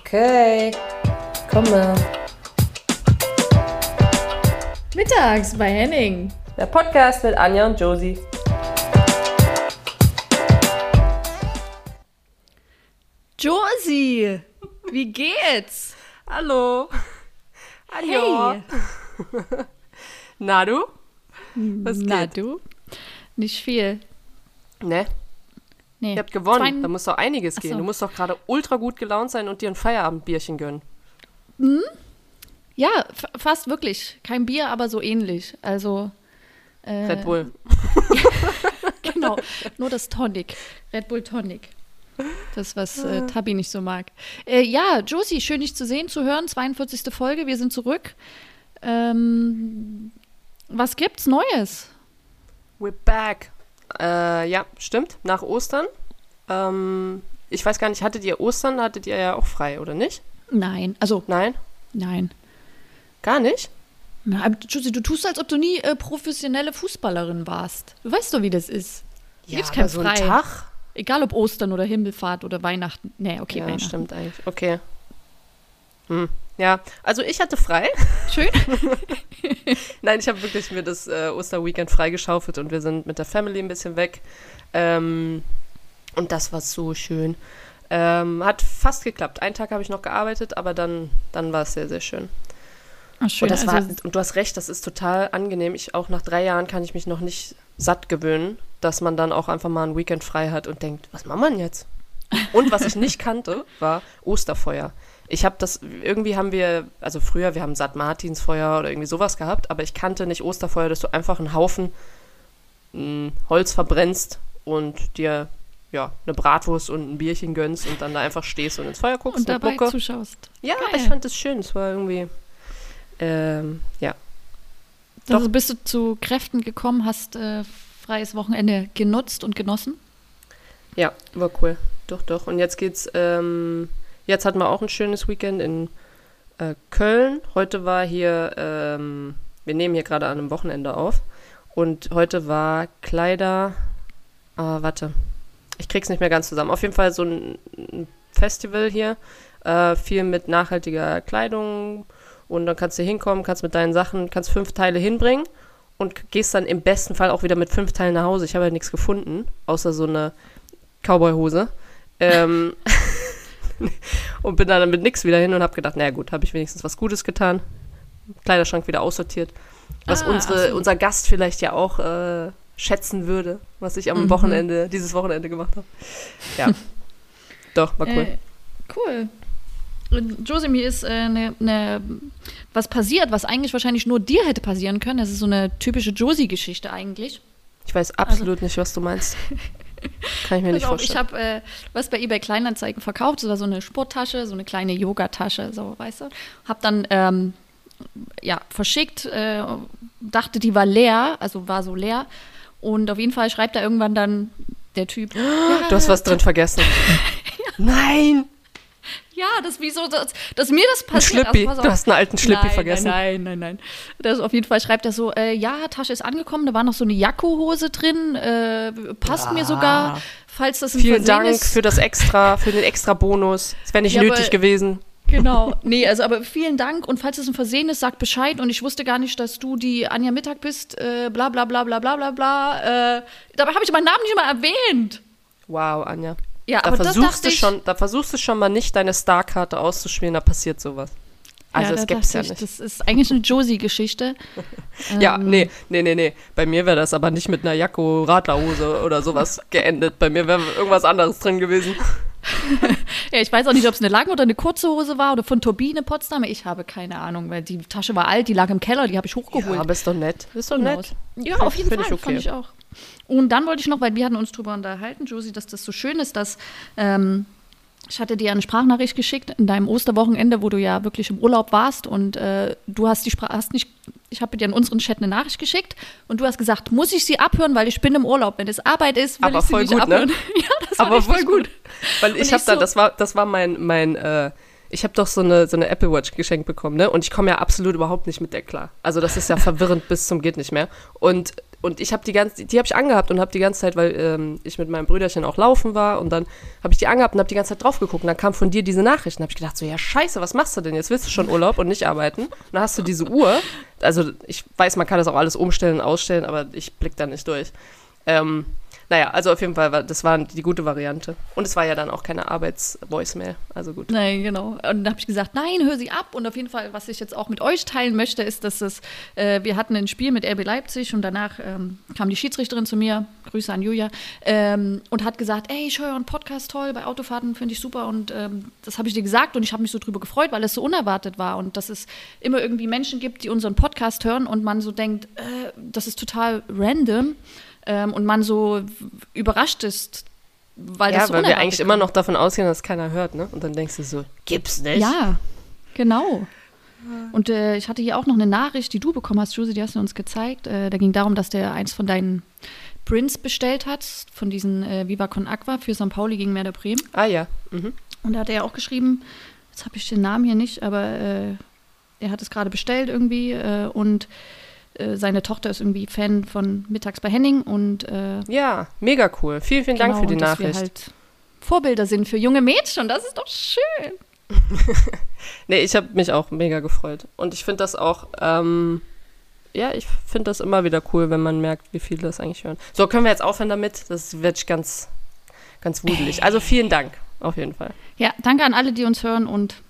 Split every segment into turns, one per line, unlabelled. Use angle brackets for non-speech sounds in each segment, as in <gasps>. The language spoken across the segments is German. Okay, komme.
Mittags bei Henning.
Der Podcast mit Anja und Josie.
Josie, wie geht's?
<laughs>
Hallo.
Hey.
Na du?
Was
geht?
Na du? Nicht viel.
Ne?
Nee.
Ihr habt gewonnen.
Zwei-
da muss doch einiges
Ach
gehen.
so.
Du musst doch gerade ultra gut gelaunt sein und dir ein Feierabendbierchen gönnen.
ja, f- fast wirklich. Kein Bier, aber so ähnlich. Also. Äh,
Red Bull.
<laughs> Genau. Nur das Tonic. Red Bull Tonic. Das, was äh, Tabi nicht so mag. Äh, ja, Josie, schön dich zu sehen, zu hören. 42. Folge, wir sind zurück. Ähm, was gibt's Neues?
We're back. Äh, ja, stimmt. Nach Ostern. Ähm, ich weiß gar nicht, hattet ihr Ostern? Hattet ihr ja auch frei, oder nicht?
Nein, also
Nein?
nein.
Gar nicht?
Na, aber Josie, du tust, als ob du nie äh, professionelle Fußballerin warst. Du weißt doch, wie das ist.
Ja,
Gibt's
aber
kein
so
Frei.
ein Tag.
Egal ob Ostern oder Himmelfahrt oder Weihnachten. Nee, okay,
ja,
Weihnachten.
stimmt eigentlich. Okay. Hm. Ja, also ich hatte frei.
Schön.
Nein, ich habe wirklich mir das äh, Osterweekend freigeschaufelt und wir sind mit der Family ein bisschen weg. Ähm, und das war so schön. Ähm, hat fast geklappt. Einen Tag habe ich noch gearbeitet, aber dann, dann war es sehr, sehr schön.
Ach, schön.
und, Oh, das
also,
war, und du hast recht, das ist total angenehm. Ich auch nach drei Jahren kann ich mich noch nicht satt gewöhnen, dass man dann auch einfach mal ein Weekend frei hat und denkt, was machen wir denn jetzt? Und was ich nicht kannte, war Osterfeuer. Ich habe das, irgendwie haben wir, also früher, wir haben St. Martinsfeuer oder irgendwie sowas gehabt, aber ich kannte nicht Osterfeuer, dass du einfach einen Haufen mh, Holz verbrennst und dir ja, eine Bratwurst und ein Bierchen gönnst und dann da einfach stehst und ins Feuer guckst.
und
mit
dabei
Mucke.
zuschaust.
Ja, aber
Geil.
ich fand es schön. Es war irgendwie, ähm, ja. Doch.
Also bist du zu Kräften gekommen, hast äh, freies Wochenende genutzt und genossen?
Ja, war cool. Doch, doch. Und jetzt geht's, ähm, jetzt hatten wir auch ein schönes Weekend in äh, Köln. Heute war hier, ähm, wir nehmen hier gerade an einem Wochenende auf. Und heute war Kleider, ah, warte, ich krieg's nicht mehr ganz zusammen. Auf jeden Fall so ein, ein Festival hier, äh, viel mit nachhaltiger Kleidung. Und dann kannst du hinkommen, kannst mit deinen Sachen, kannst fünf Teile hinbringen und gehst dann im besten Fall auch wieder mit fünf Teilen nach Hause. Ich habe ja nichts gefunden, außer so eine Cowboy-Hose.
<laughs>
Ähm, und bin dann mit nichts wieder hin und habe gedacht, naja gut, habe ich wenigstens was Gutes getan. Kleiderschrank wieder aussortiert. Was
Ah,
unsere,
ach so.
unser Gast vielleicht ja auch äh, schätzen würde, was ich am
Mhm.
Wochenende, dieses Wochenende gemacht habe. Ja. Doch, war cool.
Äh, cool. Und Josie, mir ist äh, ne, ne, was passiert, was eigentlich wahrscheinlich nur dir hätte passieren können. Das ist so eine typische Josie-Geschichte eigentlich.
ich weiß absolut nicht, was
<laughs>
du meinst. Kann ich
Also- Pass
mir nicht
auf, ich
vorstellen.
habe äh, was bei eBay Kleinanzeigen verkauft. Das war so eine Sporttasche, so eine kleine Yogatasche, so, weißt du. Hab dann ähm, ja, verschickt, äh, dachte, die war leer, also war so leer. Und auf jeden Fall schreibt da irgendwann dann der
<gasps>
Typ.
du hast was
<laughs>
drin vergessen. Nein!
Ja, das ist wie so, dass, dass mir das
Ein
passiert.
Schlippi.
pass auf.
du hast einen alten Schlippi
nein,
vergessen.
Nein, nein, nein. nein. Das auf jeden Fall schreibt er so, äh, ja, Tasche ist angekommen, da war noch so eine Jacko-Hose drin, äh, passt mir sogar, falls das ein
Vielen
Versehen
Dank
ist.
für das extra, für den extra Bonus. Es wäre nicht
Ja, aber-
nötig gewesen.
Genau, nee, also aber vielen Dank und falls es ein Versehen ist, sag Bescheid und ich wusste gar nicht, dass du die Anja Mittag bist, äh, bla bla bla bla bla bla bla. Äh, dabei habe ich meinen Namen nicht mal erwähnt.
Wow, Anja.
Ja,
da
aber das
versuchst
dachte
du
ich-
schon, da versuchst du schon mal nicht deine Starkarte auszuspielen, da passiert sowas. Also
ja,
es
da
gibt's ja
dachte ich, ähm,
nicht.
Das ist eigentlich eine Josie-Geschichte.
Ja, nee, nee, nee, nee. Bei mir wäre das aber nicht mit einer Jacko Radlerhose
<laughs>
oder sowas geendet. Bei mir wäre irgendwas anderes drin gewesen.
Ja, ich weiß auch nicht, ob es eine lange oder eine kurze Hose war oder von Turbine Potsdam. Ich habe keine Ahnung, weil die Tasche war alt, die lag im Keller, die habe ich hochgeholt.
Ja, aber ist doch nett. Ist doch
Genau.
nett.
Ja, auf jeden
Find
Fall,
ich okay.
fand ich auch. Und dann wollte ich noch, weil wir hatten uns drüber unterhalten, Josie, dass das so schön ist, dass ähm, ich hatte dir eine Sprachnachricht geschickt in deinem Osterwochenende, wo du ja wirklich im Urlaub warst und äh, du hast die Sprach hast nicht, ich habe dir in unseren Chat eine Nachricht geschickt und du hast gesagt, muss ich sie abhören, weil ich bin im Urlaub. Wenn es Arbeit ist, will
Aber
ich sie
voll
nicht
gut, ne?
abhören. <laughs> Ja, das war
aber
richtig
voll gut. Weil ich
ich
habe da,
so-
das war, das war mein, mein, äh, ich habe doch so eine, so eine Apple Watch geschenkt bekommen, ne? Und ich komme ja absolut überhaupt nicht mit der klar. Also das ist ja verwirrend bis zum geht nicht mehr. Und und ich habe die ganze, die habe ich angehabt und habe die ganze Zeit, weil ähm, ich mit meinem Brüderchen auch laufen war und dann habe ich die angehabt und habe die ganze Zeit drauf geguckt und dann kam von dir diese Nachricht und habe ich gedacht so, ja scheiße, was machst du denn jetzt? Willst du schon Urlaub und nicht arbeiten? Und dann hast du diese Uhr, also ich weiß, man kann das auch alles umstellen, ausstellen, aber ich blick da nicht durch. Ähm, naja, also auf jeden Fall, war, das war die gute Variante. Und es war ja dann auch keine Arbeits-Voicemail, also gut.
Nein, genau. Und dann habe ich gesagt, nein, hör sie ab. Und auf jeden Fall, was ich jetzt auch mit euch teilen möchte, ist, dass es, äh, wir hatten ein Spiel mit RB Leipzig und danach ähm, kam die Schiedsrichterin zu mir, Grüße an Julia, ähm, und hat gesagt, ey, ich höre euren Podcast toll, bei Autofahrten finde ich super. Und ähm, das habe ich dir gesagt und ich habe mich so drüber gefreut, weil es so unerwartet war und dass es immer irgendwie Menschen gibt, die unseren Podcast hören und man so denkt, äh, das ist total random ähm, und man so überrascht ist, weil
ja,
das so
weil wir
unerwartet
eigentlich
kommt.
immer noch davon ausgehen, dass keiner hört, ne? Und dann denkst du so, gibt's nicht?
Ja, genau. Und äh, ich hatte hier auch noch eine Nachricht, die du bekommen hast, Josie, die hast du uns gezeigt. Äh, da ging darum, dass der eins von deinen Prints bestellt hat, von diesen äh, Viva Con Aqua für St. Pauli gegen Werder Bremen.
Ah ja. Mhm.
Und da hat er auch geschrieben, jetzt habe ich den Namen hier nicht, aber äh, er hat es gerade bestellt irgendwie äh, und äh, seine Tochter ist irgendwie Fan von Mittags bei Henning und äh,
Ja, mega cool. Vielen, vielen Dank
genau,
für die
und Dass
Nachricht.
wir halt Vorbilder sind für junge Mädchen und das ist doch schön.
Nee, ich habe mich auch mega gefreut. Und ich finde das auch, ähm, ja, ich finde das immer wieder cool, wenn man merkt, wie viele das eigentlich hören. So, können wir jetzt aufhören damit? Das wird ganz, ganz wudelig. Also vielen Dank, auf jeden Fall.
Ja, danke an alle, die uns hören und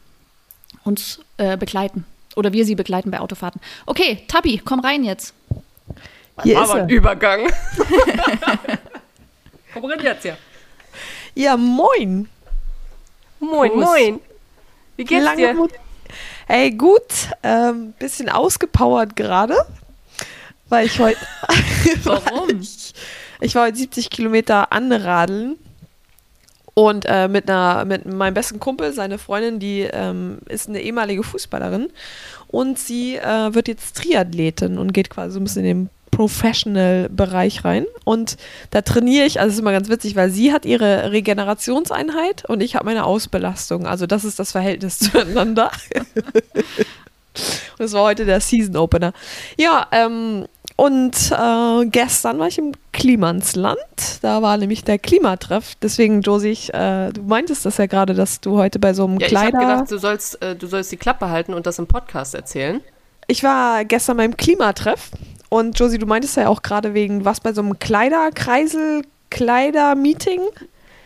uns äh, begleiten. Oder wir sie begleiten bei Autofahrten. Okay, Tabi, komm rein jetzt.
Hier ist
Aber
er.
ein Übergang. <laughs> Komm rein jetzt, ja.
Ja, moin.
Moin,
Gruß.
moin. Wie geht's dir?
Mut- Ey, gut. Ähm, bisschen ausgepowert gerade, weil ich heute. Warum? Ich, <laughs> ich war heute 70 Kilometer anradeln und äh, mit, einer, mit meinem besten Kumpel, seine Freundin, die ähm, ist eine ehemalige Fußballerin und sie äh, wird jetzt Triathletin und geht quasi so ein bisschen in den Professional-Bereich rein. Und da trainiere ich, also es ist immer ganz witzig, weil sie hat ihre Regenerationseinheit und ich habe meine Ausbelastung. Also das ist das Verhältnis <laughs> zueinander. Und Das war heute der Season Opener. Ja, ähm, und äh, gestern war ich im Klimansland. Da war nämlich der Klimatreff. Deswegen, Josi, ich, äh, du meintest das ja gerade, dass du heute bei so einem
Ja, ich habe
Kleider.
gedacht, du sollst, äh, du sollst die Klappe halten und das im Podcast erzählen.
Ich war gestern beim Klimatreff und Josie, du meintest ja auch gerade wegen was bei so einem Kleiderkreisel, Kleidermeeting.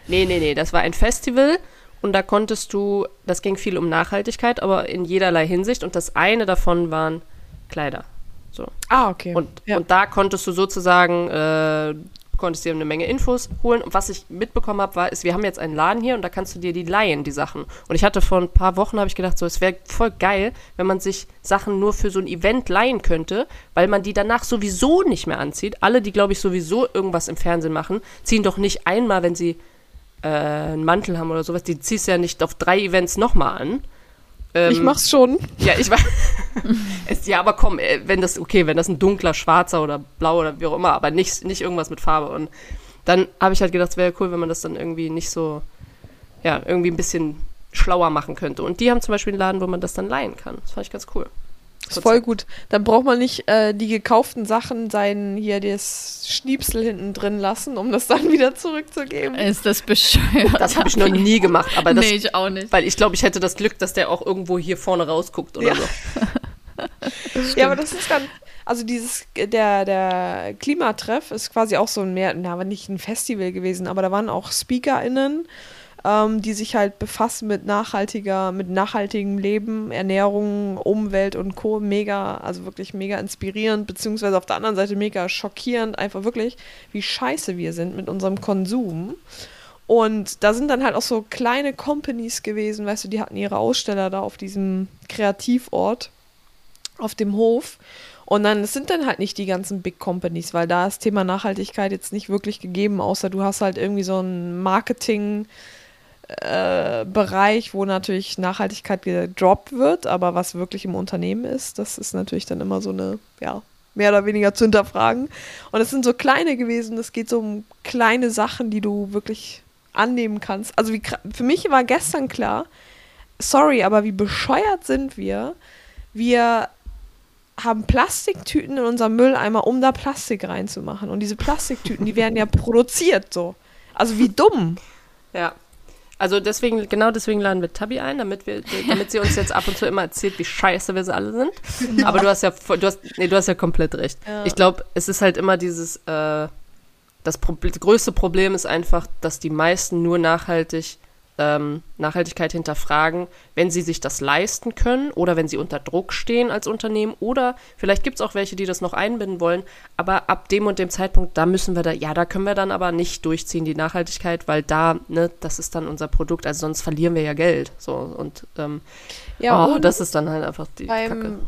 Nee, nee, nee, das war ein Festival und da konntest du, das ging viel um Nachhaltigkeit, aber in jederlei Hinsicht und das eine davon waren Kleider. So.
Ah, okay.
Und,
ja.
und da konntest du sozusagen, äh, konntest dir eine Menge Infos holen. Und was ich mitbekommen habe, war, ist, wir haben jetzt einen Laden hier und da kannst du dir die leihen, die Sachen. Und ich hatte vor ein paar Wochen, habe ich gedacht, so, es wäre voll geil, wenn man sich Sachen nur für so ein Event leihen könnte, weil man die danach sowieso nicht mehr anzieht. Alle, die, glaube ich, sowieso irgendwas im Fernsehen machen, ziehen doch nicht einmal, wenn sie äh, einen Mantel haben oder sowas, die ziehst du ja nicht auf drei Events nochmal an.
ich
Ähm,
mach's schon.
ja, ich weiß. <laughs> es, ja, aber komm, äh, wenn das, okay, wenn das ein dunkler, schwarzer oder blau oder wie auch immer, aber nicht, nicht irgendwas mit Farbe. Und dann habe ich halt gedacht, es wäre cool, wenn man das dann irgendwie nicht so, ja, irgendwie ein bisschen schlauer machen könnte. Und die haben zum Beispiel einen Laden, wo man das dann leihen kann. Das fand ich ganz cool.
Ist voll gut. Dann braucht man nicht äh, die gekauften Sachen sein, hier das Schniepsel hinten drin lassen, um das dann <laughs> wieder zurückzugeben.
Ist das bescheuert?
Das habe ich noch nie gemacht, aber das,
Nee, ich auch nicht.
weil ich glaube, ich hätte das Glück, dass der auch irgendwo hier vorne rausguckt oder
Ja.
so.
Ja, aber das ist dann, also dieses, der, der Klimatreff ist quasi auch so ein mehr, na, aber nicht ein Festival gewesen, aber da waren auch SpeakerInnen, ähm, die sich halt befassen mit nachhaltiger, mit nachhaltigem Leben, Ernährung, Umwelt und Co. Mega, also wirklich mega inspirierend, beziehungsweise auf der anderen Seite mega schockierend, einfach wirklich, wie scheiße wir sind mit unserem Konsum. Und da sind dann halt auch so kleine Companies gewesen, weißt du, die hatten ihre Aussteller da auf diesem Kreativort auf dem Hof. Und dann es sind dann halt nicht die ganzen Big Companies, weil da ist Thema Nachhaltigkeit jetzt nicht wirklich gegeben, außer du hast halt irgendwie so einen Marketing-Bereich, wo natürlich Nachhaltigkeit gedroppt wird, aber was wirklich im Unternehmen ist, das ist natürlich dann immer so eine, ja, mehr oder weniger zu hinterfragen. Und es sind so kleine gewesen, es geht so um kleine Sachen, die du wirklich annehmen kannst. Also wie, kra- für mich war gestern klar, sorry, aber wie bescheuert sind wir? Wir haben Plastiktüten in unserem Mülleimer, um da Plastik reinzumachen. Und diese Plastiktüten, die werden ja produziert so. Also wie dumm.
Ja. Also deswegen, genau deswegen laden wir Tabi ein, damit wir, damit sie uns jetzt ab und zu immer erzählt, wie scheiße wir so alle sind. Aber du hast ja voll- du hast, nee, du hast ja komplett recht.
Ja.
Ich glaube, es ist halt immer dieses, äh, das, Proble- das größte Problem ist einfach, dass die meisten nur nachhaltig ähm, Nachhaltigkeit hinterfragen, wenn sie sich das leisten können oder wenn sie unter Druck stehen als Unternehmen oder vielleicht gibt es auch welche, die das noch einbinden wollen, aber ab dem und dem Zeitpunkt, da müssen wir da, ja, da können wir dann aber nicht durchziehen, die Nachhaltigkeit, weil da, ne, das ist dann unser Produkt, also sonst verlieren wir ja Geld. So, und ähm,
Ja,
oh,
und
das ist dann halt einfach die Kacke.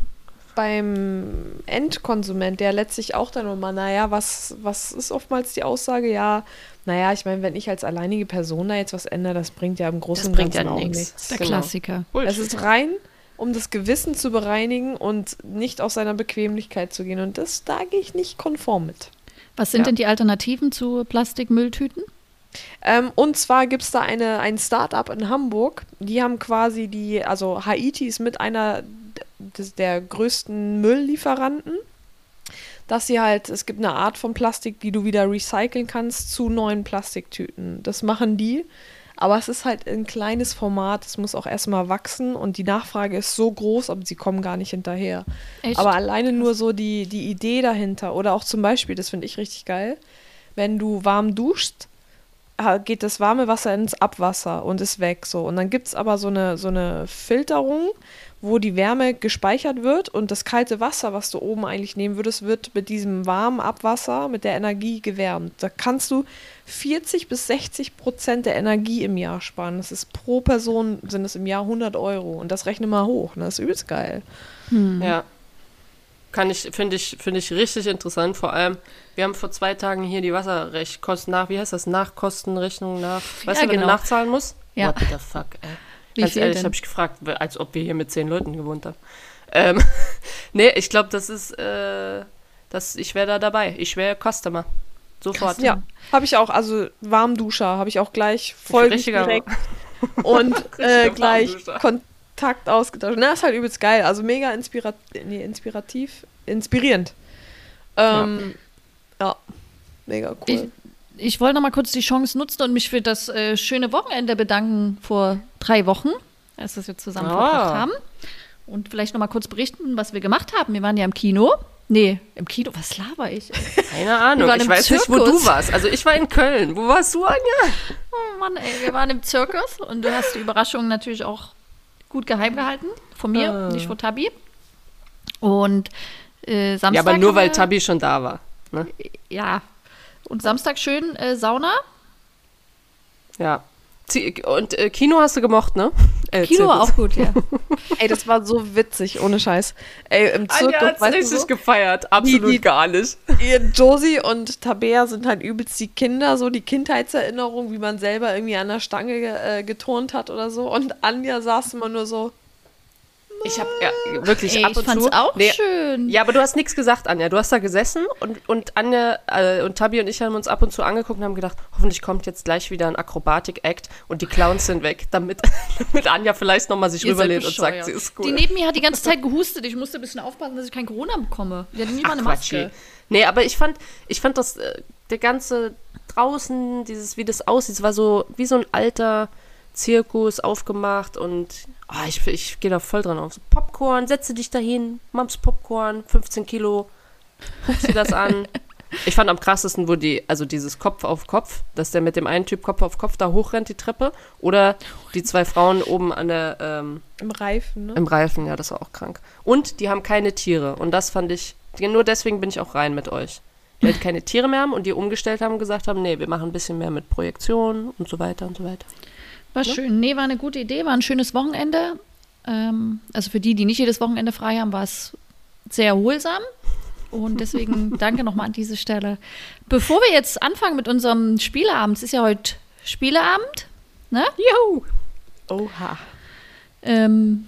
beim, beim Endkonsument, der letztlich auch dann immer, naja, was, was ist oftmals die Aussage? Ja, naja, ich meine, wenn ich als alleinige Person da jetzt was ändere, das bringt ja im Großen
Das
und
bringt ja
Ganzen auch nichts.
nichts.
Der
Genau.
Klassiker.
Es ist rein, um das Gewissen zu bereinigen und nicht aus seiner Bequemlichkeit zu gehen. Und das, da gehe ich nicht konform mit.
Was sind
Ja.
denn die Alternativen zu Plastikmülltüten?
Ähm, und zwar gibt es da eine, ein Start-up in Hamburg. Die haben quasi die, also Haiti ist mit einer d- des, der größten Mülllieferanten. Dass sie halt, es gibt eine Art von Plastik, die du wieder recyceln kannst zu neuen Plastiktüten. Das machen die. Aber es ist halt ein kleines Format, es muss auch erstmal wachsen und die Nachfrage ist so groß, aber sie kommen gar nicht hinterher.
Echt?
Aber alleine nur so die, die Idee dahinter oder auch zum Beispiel, das finde ich richtig geil, wenn du warm duschst, ha- geht das warme Wasser ins Abwasser und ist weg so. Und dann gibt es aber so eine, so eine Filterung, wo die Wärme gespeichert wird und das kalte Wasser, was du oben eigentlich nehmen würdest, wird mit diesem warmen Abwasser, mit der Energie gewärmt. Da kannst du 40 bis 60 Prozent der Energie im Jahr sparen. Das ist pro Person sind es im Jahr 100 Euro und das rechne mal hoch. Ne? Das ist übelst geil.
Mhm.
Ja. Kann ich, finde ich, finde ich richtig interessant. Vor allem, wir haben vor zwei Tagen hier die Wasserrechtkosten nach, wie heißt das? Nachkostenrechnung nach. Weißt
Ja,
du, wenn
genau.
du nachzahlen musst?
Ja.
What the fuck, ey.
Wie
Ganz
viel
ehrlich,
denn?
habe ich gefragt, als ob wir hier mit zehn Leuten gewohnt haben. Ähm, <laughs> nee, ich glaube, das ist, äh, das, ich wäre da dabei. Ich wäre Customer. Sofort.
Ja, habe ich auch. Also Warmduscher habe ich auch gleich voll
Richtiger- <laughs>
direkt und äh,
Richtiger
gleich
Warmduscher.
Kontakt ausgetauscht. Na, ist halt übelst geil. Also mega inspira nee, inspirativ, inspirierend. Ähm, ja. mega
Ich,
cool.
ich wollte noch mal kurz die Chance nutzen und mich für das äh, schöne Wochenende bedanken vor drei Wochen, als wir es jetzt zusammen
Ah.
verbracht haben. Und vielleicht noch mal kurz berichten, was wir gemacht haben. Wir waren ja im Kino. Nee, im Kino, was laber ich?
Keine Ahnung.
waren
Ich
im
weiß nicht, wo
Zirkus.
du warst. Also ich war in Köln. Wo warst du, Anja?
Oh Mann, ey, wir waren im Zirkus und du hast die Überraschung natürlich auch gut geheim gehalten. Von mir, nicht von Tabi. Und äh, Samstag.
Ja, aber nur
haben
weil
wir-
Tabi schon da war. Ne?
Ja. Und Samstag schön äh, Sauna.
Ja. Zi- Und äh, Kino hast du gemocht, ne? <laughs> Äh,
Kino
Zirkus.
auch gut,
<laughs>
ja.
Ey, das war so witzig, ohne Scheiß. Ey, im
Anja
Zirkus,
hat's
weißt du
richtig
so,
gefeiert. Absolut
die-
<laughs>
gar nicht.
ihr Josie und Tabea sind halt übelst die Kinder, so die Kindheitserinnerung, wie man selber irgendwie an der Stange ge- äh, geturnt hat oder so. Und Anja saß immer nur so,
Ich habe ja, wirklich
Ey,
ab
ich
und
fand's
zu.
auch
Nee,
schön.
Ja, aber du hast nichts gesagt, Anja. Du hast da gesessen und, und Anja äh, und Tabi und ich haben uns ab und zu angeguckt und haben gedacht, hoffentlich kommt jetzt gleich wieder ein Akrobatik-Act und die Clowns sind weg, damit, <laughs> damit Anja vielleicht nochmal sich
Ihr seid
rüberlehnt und sagt,
bescheuert.
sie ist
Die
cool.
neben mir hat die ganze Zeit gehustet. Ich musste ein bisschen aufpassen, dass ich kein Corona bekomme. Die hatte nicht mal eine
Quatschi.
Maske.
Nee, aber ich fand, ich fand das, äh, der ganze draußen, dieses, wie das aussieht, es war so wie so ein alter Zirkus aufgemacht und ah, ich, ich gehe da voll dran auf. So, Popcorn, setze dich dahin, Mams Popcorn, 15 Kilo, guck dir
<laughs>
das an. Ich fand am krassesten, wo die, also dieses Kopf auf Kopf, dass der mit dem einen Typ Kopf auf Kopf da hochrennt, die Treppe, oder die zwei Frauen oben an der, ähm,
im Reifen, ne?
im Reifen, ja, das war auch krank. Und die haben keine Tiere. Und das fand ich, nur deswegen bin ich auch rein mit euch. Die halt keine Tiere mehr haben und die umgestellt haben und gesagt haben, nee, wir machen ein bisschen mehr mit Projektionen und so weiter und so weiter.
War schön. Nee, war eine gute Idee. War ein schönes Wochenende. Ähm, also für die, die nicht jedes Wochenende frei haben, war es sehr erholsam. Und deswegen danke nochmal an diese Stelle. Bevor wir jetzt anfangen mit unserem Spieleabend, es ist ja heute Spieleabend, ne?
Juhu!
Oha.
Ähm,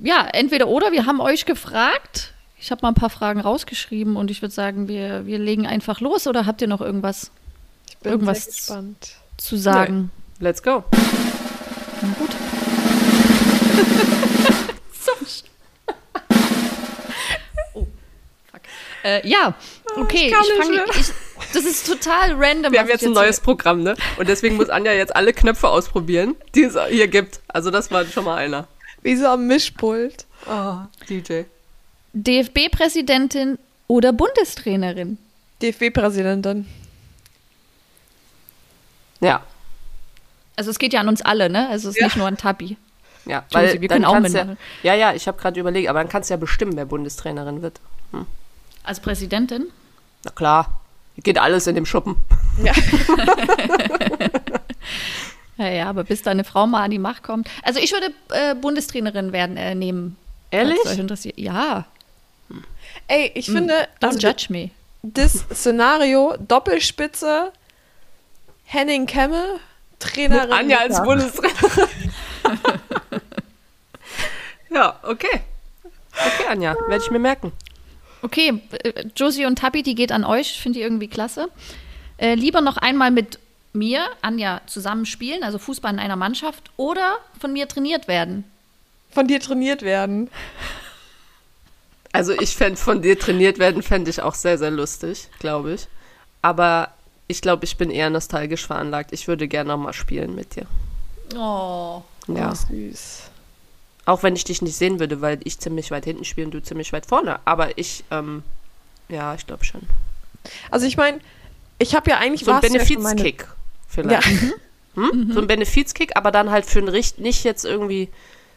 ja, entweder oder. Wir haben euch gefragt. Ich habe mal ein paar Fragen rausgeschrieben und ich würde sagen, wir, wir legen einfach los. Oder habt ihr noch irgendwas
Ich bin
Irgendwas-
sehr gespannt.
zu sagen?
Let's go.
Na <laughs> <laughs> gut. Oh, Äh, ja, okay,
kann
ich
nicht
fange.
mehr.
Das ist total random. was
Wir haben jetzt
ich
ein neues Programm, ne? Und deswegen muss Anja jetzt alle Knöpfe ausprobieren, die es hier gibt. Also das war schon mal einer.
Wie so am Mischpult.
Oh, DJ.
DFB-Präsidentin oder Bundestrainerin.
DFB-Präsidentin.
Ja,
Also es geht ja an uns alle, ne? Also es ist
Ja.
nicht nur an Tabi.
ja.
Josie, wir können auch
kannst ja,
mitmachen.
ja, ja, ich habe gerade überlegt, aber dann kannst du ja bestimmen, wer Bundestrainerin wird.
Als Präsidentin?
Na klar, geht alles in dem Schuppen.
Naja, aber bis da eine Frau mal an die Macht kommt. Also ich würde äh, Bundestrainerin werden äh, nehmen.
Ehrlich?
Falls euch interessiert. Ja,
Ey, ich finde,
don't
also
judge me.
das Szenario, Doppelspitze, Henning Kemme, Trainerin.
Anja als
Luther.
Bundestrainerin. <laughs> ja, okay. Okay, Anja, werde ich mir merken.
Okay, äh, Josie und Tabi, die geht an euch, finde ich irgendwie klasse. Äh, lieber noch einmal mit mir, Anja, zusammen spielen, also Fußball in einer Mannschaft, oder von mir trainiert werden.
Von dir trainiert werden.
Also ich fände von dir trainiert werden, fände ich auch sehr, sehr lustig, glaube ich. Aber ich glaube, ich bin eher nostalgisch veranlagt. Ich würde gerne nochmal spielen mit dir.
Oh.
Ja.
Oh, süß.
Auch wenn ich dich nicht sehen würde, weil ich ziemlich weit hinten spiele und du ziemlich weit vorne. Aber ich, ähm, ja, ich glaube schon.
Also ich meine, ich habe ja eigentlich
So ein
warst du ja schon meine-
Benefizkick vielleicht. Hm?
Mhm.
So ein Benefizkick, aber dann halt für ein richt nicht jetzt irgendwie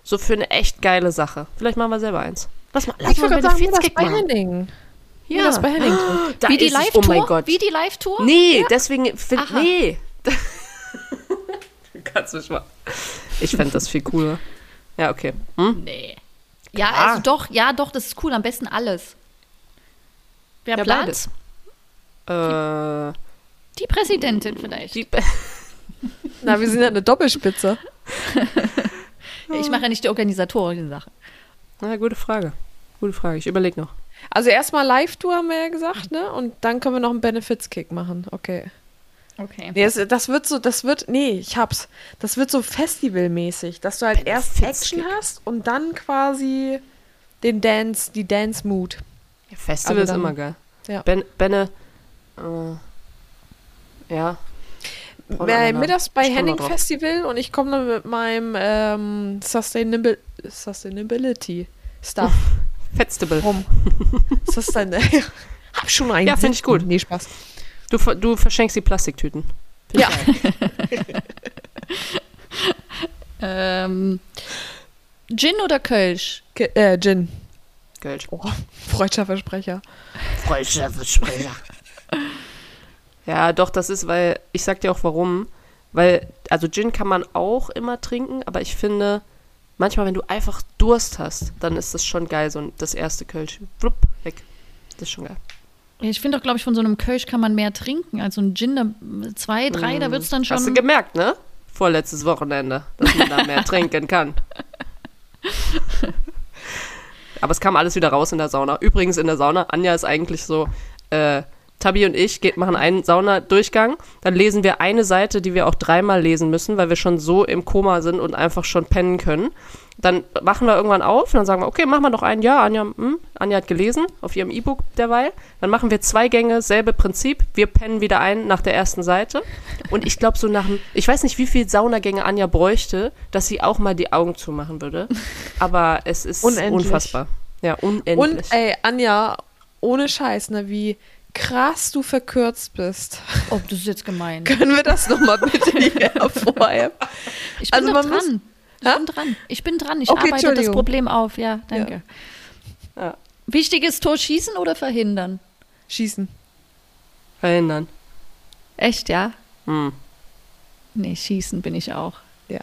so für eine echt geile Sache. Vielleicht machen wir selber eins. Lass mal, lass
Ich
mal
würde sagen, wir das
Benefizkick
bei
machen.
Henning. Ja.
Ja.
Das bei Henning.
<gasps> Da
Wie die
ist es. Oh
Live-Tour?
mein Gott.
Wie die Live-Tour?
Nee, deswegen. Find,
Aha.
nee. <laughs> Kannst du schon mal. Ich fände das viel cooler. Ja, okay. Hm?
Nee. Ja,
Klar.
also doch, ja, doch, das ist cool. Am besten alles. Wer
Ja,
plant?
beides. Äh,
Die Präsidentin vielleicht.
die,
Na, wir sind ja eine Doppelspitze.
Ich mache ja nicht die organisatorische Sache.
na, gute Frage. Gute Frage. Ich überlege noch.
Also erstmal Live-Tour haben wir ja gesagt, ne? Und dann können wir noch einen Benefits-Kick machen. Okay.
Okay.
Nee, das, das wird so, das wird, nee, ich hab's. Das wird so festivalmäßig, dass du halt erst Action
Benefits-Kick.
hast und dann quasi den Dance, die Dance-Mood.
Ja, Festival
Aber
ist
dann-
immer geil.
ja.
Ben, Benne. Äh, ja. Paul
Wer
Anana.
mittags bei
Ich komm da
Henning
drauf.
Festival und ich komme dann mit meinem ähm, Sustainable, Sustainability
<laughs>
Stuff
Festival.
rum. Sustain
<laughs>
Hab schon einen.
Ja, find ich gut.
Nee, Spaß.
Du, ver- du verschenkst die Plastiktüten. Find
Ja.
ich geil.
<laughs> Ähm, Gin oder Kölsch?
Ge äh, Gin.
Geld.
Oh, freudscher Versprecher.
Freudscher Versprecher. Ja, doch, das ist, weil, ich sag dir auch warum. Weil, also Gin kann man auch immer trinken, aber ich finde, manchmal, wenn du einfach Durst hast, dann ist das schon geil, so ein- das erste Kölsch. Blub, weg. Das ist schon geil.
Ich finde doch, glaube ich, von so einem Kölsch kann man mehr trinken. Also ein Gin, da, zwei, drei, da wird es dann schon.
Hast du gemerkt, ne? Vorletztes Wochenende, dass man da mehr trinken kann. Aber es kam alles wieder raus in der Sauna. Übrigens in der Sauna, Anja ist eigentlich so, äh, Tabi und ich geht, machen einen Saunadurchgang, dann lesen wir eine Seite, die wir auch dreimal lesen müssen, weil wir schon so im Koma sind und einfach schon pennen können. Dann machen wir irgendwann auf und dann sagen wir, okay, machen wir noch einen. Ja, Anja, hm, Anja hat gelesen auf ihrem E-Book derweil. Dann machen wir zwei Gänge, selbe Prinzip. Wir pennen wieder ein nach der ersten Seite. Und ich glaube, so nach dem, ich weiß nicht, wie viel Saunagänge Anja bräuchte, dass sie auch mal die Augen zumachen würde. Aber es ist
Unendlich.
unfassbar. Ja, unendlich.
Und ey, Anja, ohne Scheiß, ne, wie krass du verkürzt bist.
oh, das ist jetzt gemein.
Können wir das nochmal bitte hier <laughs> hervorheben?
Ich bin
Also
doch
man muss-
dran. Ich
Hä?
bin dran. Ich bin dran. Ich
Okay,
arbeite das
Entschuldigung.
Problem auf. Ja, danke.
Ja.
Wichtig ist Tor schießen oder verhindern?
Schießen.
Verhindern.
Echt, ja?
Hm.
Nee, schießen bin ich auch.
Ja.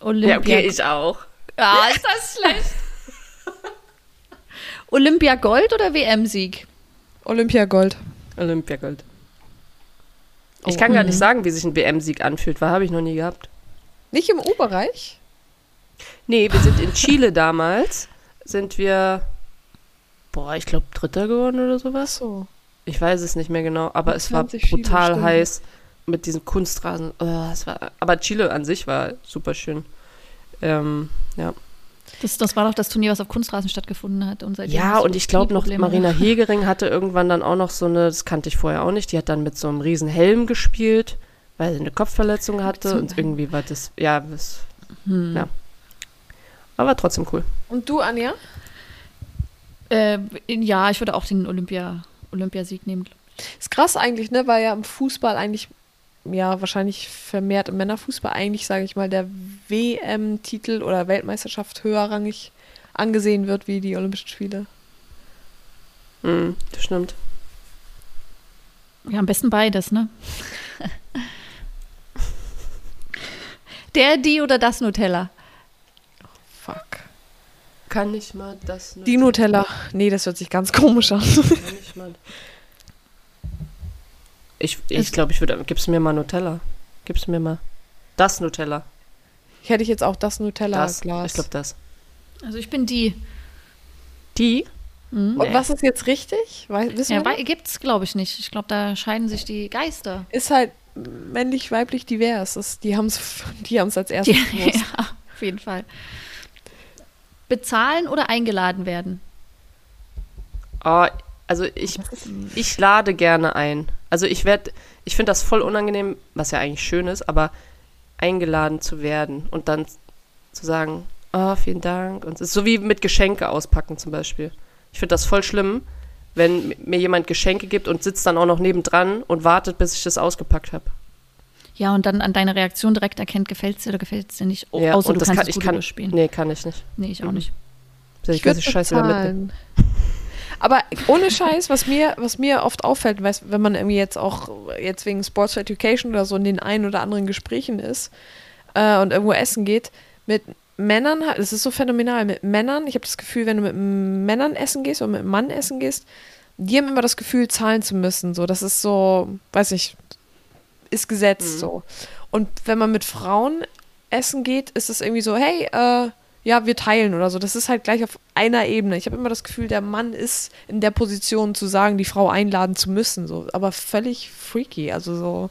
Olympia.
ich auch.
ah, ist das schlecht. Olympia Gold oder WM-Sieg?
Olympiagold.
Olympiagold. Ich kann gar nicht sagen, wie sich ein WM-Sieg anfühlt, weil habe ich noch nie gehabt.
Nicht im U-Bereich?
Nee, wir sind in Chile damals. Sind wir, boah, ich glaube, Dritter geworden oder sowas.
So.
Ich weiß es nicht mehr genau, aber es war
20 Chile,
brutal
stimmt.
heiß mit diesem Kunstrasen. Oh, es war, aber Chile an sich war super schön. Ähm, ja.
Das, das war doch das Turnier, was auf Kunstrasen stattgefunden hat. Und seitdem
Ja,
hast du
und ich glaube
nie
noch,
Probleme. <laughs>
Marina Hegering hatte irgendwann dann auch noch so eine, das kannte ich vorher auch nicht, die hat dann mit so einem riesen Helm gespielt, weil sie eine Kopfverletzung hatte
so Hm.
und irgendwie war das, ja, das, ja. Aber trotzdem cool.
Und du, Anja?
Äh, in- ja, ich würde auch den Olympia, Olympiasieg nehmen. glaub ich.
Ist krass eigentlich, ne? Weil ja im Fußball eigentlich, ja, wahrscheinlich vermehrt im Männerfußball eigentlich, sage ich mal, der WM-Titel oder Weltmeisterschaft höherrangig angesehen wird wie die Olympischen Spiele.
Mhm, das stimmt.
Ja, am besten beides, <laughs> ne? Der, die oder das Nutella?
Fuck.
Kann ich mal das
Die Nutella. Nee, das hört sich ganz komisch an.
Kann ich mal. Ich glaube, ich, glaub, ich würde, gib's mir mal Nutella. Gib's mir mal. Das Nutella.
Ich hätte jetzt auch das Nutella-Glas.
Das, ich glaube das.
Also ich bin die.
Die?
Und was ist jetzt richtig? Wei- wissen
Ja,
wir?
bei- gibt's, glaube ich, nicht. Ich glaube, da scheiden sich die Geister.
Ist halt männlich-weiblich divers. Ist, die haben es die haben's <laughs> als
Ja,
erstes
<laughs>
gewusst.
ja, auf jeden Fall. Bezahlen oder eingeladen werden?
Oh, also ich, ich lade gerne ein. Also ich werde, ich finde das voll unangenehm, was ja eigentlich schön ist, aber eingeladen zu werden und dann zu sagen, oh, vielen Dank. Und es ist so wie mit Geschenke auspacken zum Beispiel. Ich finde das voll schlimm, wenn mi- mir jemand Geschenke gibt und sitzt dann auch noch nebendran und wartet, bis ich das ausgepackt habe.
Ja, und dann an deine Reaktion direkt erkennt, gefällt es dir oder gefällt es dir nicht. Oh, außer
und
du
das
kannst
kann,
es
ich
gut
kann,
überspielen. Nee.
Nee, kann ich nicht.
ich auch nicht.
Ich, weiß, ich
würd
scheiße damit. bin.
bezahlen. Aber ohne Scheiß, was mir, was mir oft auffällt, weißt, wenn man irgendwie jetzt auch jetzt wegen Sports Education oder so in den einen oder anderen Gesprächen ist äh, und irgendwo essen geht, mit Männern, ha- das ist so phänomenal, mit Männern, ich habe das Gefühl, wenn du mit Männern essen gehst oder mit einem Mann essen gehst, die haben immer das Gefühl, zahlen zu müssen. So, das ist so, weiß nicht, ist Gesetz
Mhm.
so. Und wenn man mit Frauen essen geht, ist es irgendwie so, hey, äh, ja, wir teilen oder so. Das ist halt gleich auf einer Ebene. Ich habe immer das Gefühl, der Mann ist in der Position zu sagen, die Frau einladen zu müssen, so. Aber völlig freaky, also so.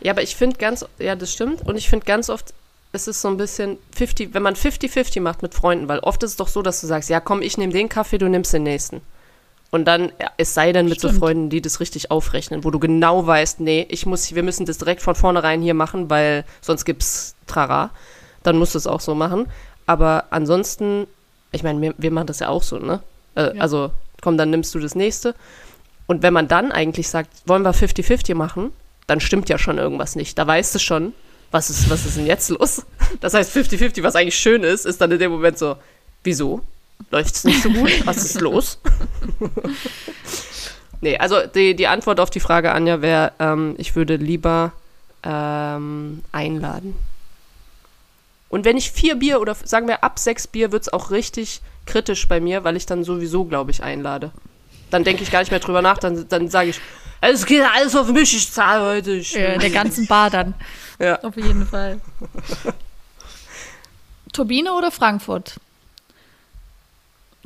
Ja, aber ich finde ganz, ja, das stimmt. Und ich finde ganz oft, es ist so ein bisschen 50, wenn man 50-50 macht mit Freunden, weil oft ist es doch so, dass du sagst, ja, komm, ich nehme den Kaffee, du nimmst den nächsten. Und dann, ja, es sei denn mit so
Stimmt.
Freunden, die das richtig aufrechnen, wo du genau weißt, nee, ich muss, wir müssen das direkt von vornherein hier machen, weil sonst gibt's Trara. Dann musst du es auch so machen. Aber ansonsten, ich meine, wir, wir machen das ja auch so, ne? Äh,
Ja.
Also, komm, dann nimmst du das nächste. Und wenn man dann eigentlich sagt, wollen wir 50-50 machen, dann stimmt ja schon irgendwas nicht. Da weißt du schon, was ist, was ist denn jetzt los? Das heißt, 50-50, was eigentlich schön ist, ist dann in dem Moment so, wieso? Läuft's nicht so gut? Was ist los? <laughs> nee, also die, die Antwort auf die Frage, Anja, wäre, ähm, ich würde lieber ähm, einladen. Und wenn ich vier Bier oder sagen wir ab sechs Bier, wird's auch richtig kritisch bei mir, weil ich dann sowieso, glaube ich, einlade. Dann denke ich gar nicht mehr drüber nach, dann, dann sage ich, es geht alles auf mich, ich zahle heute. Ich
Äh, der ganzen Bar dann.
Ja.
Auf jeden Fall. Turbine oder Frankfurt?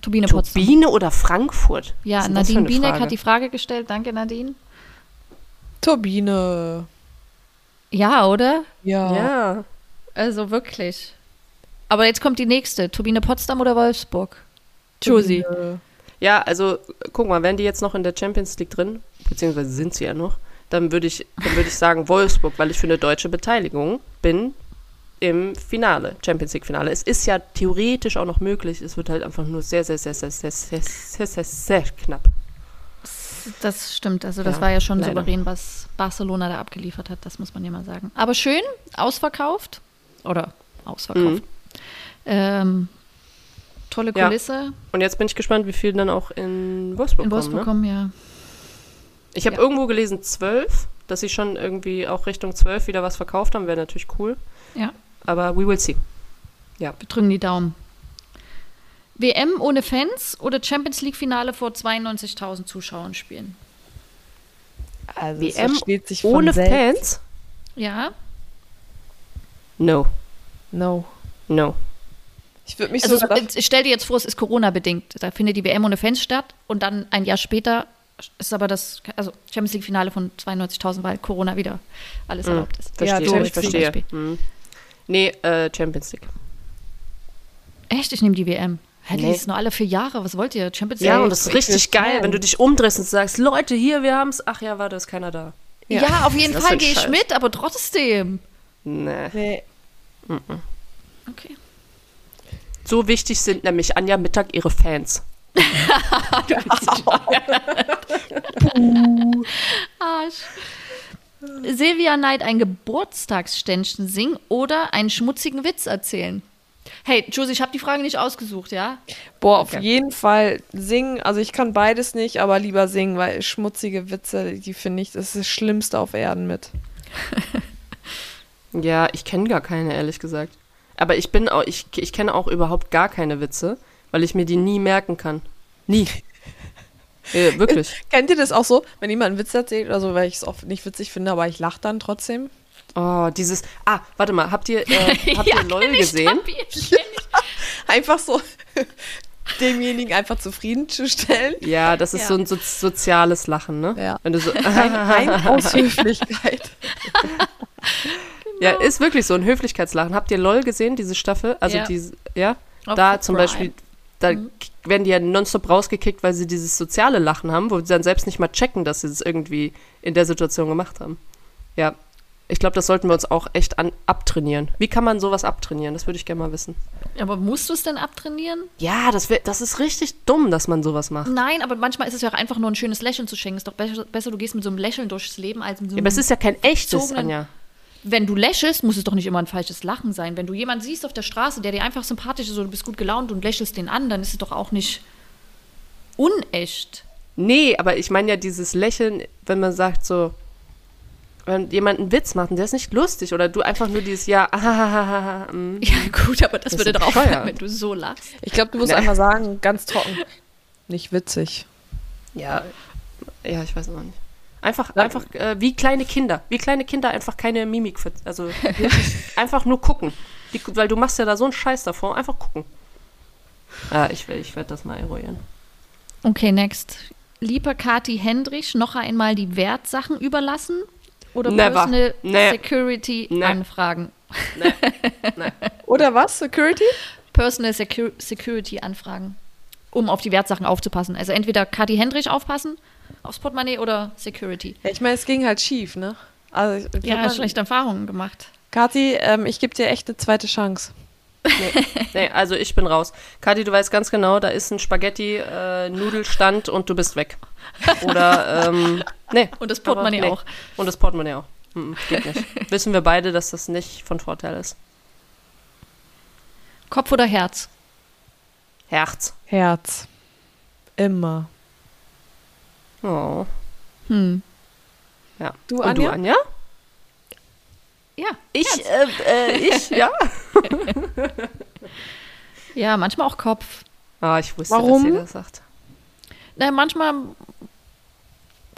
Turbine Potsdam.
Turbine oder Frankfurt? Was
Ja,
ist denn das für
Nadine
eine
Bienek
Frage?
hat die Frage gestellt. Danke, Nadine.
Turbine.
Ja, oder?
Ja.
Ja.
Also wirklich. Aber jetzt kommt die nächste. Turbine Potsdam oder Wolfsburg? Josie.
Turbine.
ja, also guck mal, wären die jetzt noch in der Champions League drin, beziehungsweise sind sie ja noch, dann würde ich, dann würde ich sagen Wolfsburg, weil ich für eine deutsche Beteiligung bin im Finale, Champions League Finale. Es ist ja theoretisch auch noch möglich, es wird halt einfach nur sehr, sehr, sehr, sehr, sehr, sehr, sehr, sehr, sehr knapp.
Das stimmt. Also das
Ja,
war ja schon
leider.
souverän, was Barcelona da abgeliefert hat. Das muss man ja mal sagen. Aber schön, ausverkauft. Oder ausverkauft. Ähm, tolle
Mhm. Ja.
Kulisse.
Und jetzt bin ich gespannt, wie viele dann auch in Wolfsburg
In
kommen.
Wolfsburg
ne?
kommen, ja.
Ich habe
Ja.
irgendwo gelesen 12, dass sie schon irgendwie auch Richtung 12 wieder was verkauft haben, wäre natürlich cool.
Ja,
Aber we will see.
wir drücken die Daumen. WM ohne Fans oder Champions League Finale vor 92.000 Zuschauern spielen?
Also es
WM
versteht sich von
Ohne
selbst.
Fans?
Ja,
No,
No.
no.
Ich würde mich
also
sogar dafür,
es- es- stell dir jetzt vor, es ist Corona bedingt. Da findet die WM ohne Fans statt und dann ein Jahr später ist aber das also Champions League Finale von 92.000, weil Corona wieder alles
Mhm.
erlaubt ist.
Verstehe, Hm.
Champions
ich
League
verstehe.
Beispiel.
Mhm. Nee, äh, Champions League.
Echt? Ich nehme die WM. Hä, die
Nee.
ist nur alle vier Jahre. Was wollt ihr? Champions League?
Ja, und das ist richtig geil, wenn du dich umdrehst und sagst, Leute, hier, wir haben's. Ach ja, warte, ist keiner da.
ja. auf jeden
Was ist halt das für
Fall
ein
gehe ich
Scheiß?
mit, aber trotzdem.
Nee.
Nee.
Okay.
So wichtig sind nämlich Anja Mittag ihre Fans.
Arsch. Silvia Neid ein Geburtstagsständchen singen oder einen schmutzigen Witz erzählen. Hey, Josie, ich habe die Frage nicht ausgesucht, ja?
Boah, auf jeden Fall singen. Also ich kann beides nicht, aber lieber singen, weil schmutzige Witze, die finde ich, das ist das Schlimmste auf Erden mit.
Ja, ich kenne gar keine, ehrlich gesagt. Aber ich bin auch, ich, ich kenne auch überhaupt gar keine Witze, weil ich mir die nie merken kann. Nie. <laughs> äh, wirklich.
Kennt ihr das auch so, wenn jemand einen Witz erzählt oder so, weil ich es oft nicht witzig finde, aber ich lache dann trotzdem?
Oh, dieses. Ah, warte mal, habt ihr, <laughs> äh, <laughs> habt ihr LOL gesehen?
Einfach so <laughs> demjenigen einfach zufriedenzustellen.
Ja, das ist
Ja.
so ein so soziales Lachen, ne?
Ja.
Wenn du <laughs> so,
<laughs> Rein aus Höflichkeit.
ja, ist wirklich so ein Höflichkeitslachen. Habt ihr LOL gesehen, diese Staffel? Also
Ja.
diese, ja?
Auf
da
the
zum
Prime. Mhm.
Beispiel, da k- werden die ja nonstop rausgekickt, weil sie dieses soziale Lachen haben, wo sie dann selbst nicht mal checken, dass sie es irgendwie in der Situation gemacht haben. Ja. Ich glaube, das sollten wir uns auch echt an, abtrainieren. Wie kann man sowas abtrainieren? Das würde ich gerne mal wissen.
Aber musst du es denn abtrainieren?
Ja, das, wär, das ist richtig dumm, dass man sowas macht.
Nein, aber manchmal ist es ja auch einfach nur ein schönes Lächeln zu schenken. Ist doch besser, besser du gehst mit so einem Lächeln durchs Leben als mit so
Ja,
einem.
aber es ist ja kein echtes,
Gezogenen-
Anja.
wenn du lächelst, muss es doch nicht immer ein falsches Lachen sein. Wenn du jemanden siehst auf der Straße, der dir einfach sympathisch ist oder du bist gut gelaunt und lächelst den an, dann ist es doch auch nicht unecht.
Nee, aber ich meine ja dieses Lächeln, wenn man sagt so, wenn jemand einen Witz macht und der ist nicht lustig oder du einfach nur dieses Ja, ah, ahahaha, mm.
Ja, gut, aber das,
ist
würde
doch
doch auch
bescheuert.
wenn du so lachst.
Ich glaube, du musst
Nee.
einfach sagen, ganz trocken. Nicht witzig.
ja, ja, ich weiß auch nicht. Einfach, einfach äh, wie kleine Kinder, wie kleine Kinder einfach keine Mimik, ver- also wirklich einfach nur gucken, die, weil du machst ja da so einen Scheiß davor, einfach gucken. Ah, ich, will- ich werde das mal eruieren.
Okay, next. Lieber Kati Hendrich noch einmal die Wertsachen überlassen oder
Never.
Personal
Nee.
Security
Nee.
anfragen?
Oder was? Security?
Personal Secu Security anfragen, um auf die Wertsachen aufzupassen. Also entweder Kati Hendrich aufpassen aufs Portemonnaie oder Security.
Ja, ich meine, es ging halt schief, ne? Also, ich-
Ja,
man-
schlechte Erfahrungen gemacht.
Kathi, ähm, ich gebe dir echt eine zweite Chance.
Nee, also ich bin raus. Kathi, du weißt ganz genau, da ist ein Spaghetti-Nudelstand und du bist weg. Oder, ähm, nee.
Und das Portemonnaie
Aber
auch.
Und das Portemonnaie auch. Mm, geht
<laughs>
nicht. Wissen wir beide, dass das nicht von Vorteil ist.
Kopf oder Herz?
Herz.
Herz. Immer.
Oh.
Hm.
Ja.
Du,
und
Anja?
du, Anja?
Ja.
Ich, äh, äh, ich, ja.
Ja, manchmal auch Kopf.
<laughs> Ah, ich wusste,
Warum?
dass ihr das sagt.
Na, manchmal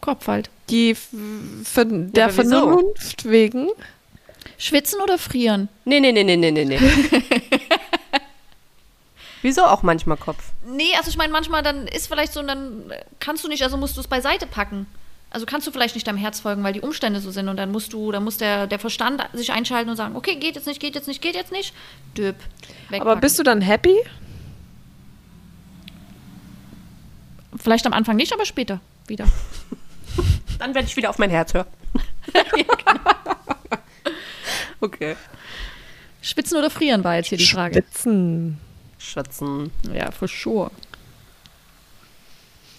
Kopf halt.
Die f- von der
aber wieso?
Vernunft wegen.
Schwitzen oder frieren?
Nee, nee, nee, nee, nee,
<laughs>
nee, nee. Wieso auch manchmal Kopf?
Nee, also ich meine, manchmal dann ist vielleicht so, und dann äh, kannst du nicht, also musst du es beiseite packen. Also kannst du vielleicht nicht deinem Herz folgen, weil die Umstände so sind und dann musst du, dann muss der, der Verstand sich einschalten und sagen, okay, geht jetzt nicht, geht jetzt nicht, geht jetzt nicht. Döp. Wegpacken.
Aber bist du dann happy?
vielleicht am Anfang nicht, aber später wieder.
Dann werde ich wieder auf mein Herz hören. <laughs> okay.
Schwitzen oder frieren war jetzt hier die Frage.
Schwitzen.
Schwitzen.
Ja, for sure.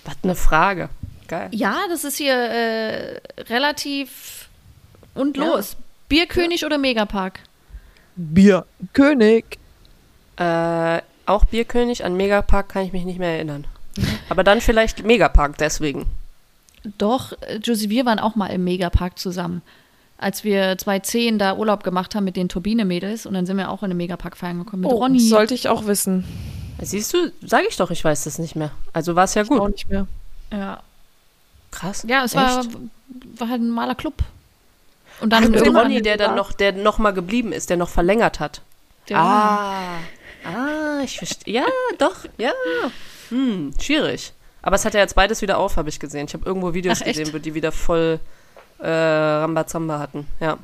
Was eine Frage. Geil.
Ja, das ist hier äh, relativ und los. Bierkönig oder Megapark?
Bier. König.
Äh, auch Bierkönig an Megapark kann ich mich nicht mehr erinnern. Aber dann vielleicht Megapark deswegen.
Doch, äh, Josie, wir waren auch mal im Megapark zusammen. Als wir 2010 da Urlaub gemacht haben mit den Turbine-Mädels und dann sind wir auch in den Megapark feiern gekommen mit
Oh,
Ronny.
sollte ich auch wissen.
Siehst du, sage ich doch, ich weiß das nicht mehr. Also war es ja
Auch
gut.
nicht mehr.
ja.
Krass.
ja, es war,
Echt?
war halt ein maler Club. Und
Ach,
dann
mit
irgendwann-
Ronny, der dann noch, der noch mal geblieben ist, der noch verlängert hat.
der Ronny.
Ah. Ah, ich verstehe. Ja, doch, ja. Hm, schwierig. Aber es hat ja jetzt beides wieder auf, habe ich gesehen. Ich habe irgendwo Videos
Ach, echt?
gesehen, wo die wieder voll äh, Rambazamba hatten. Ja.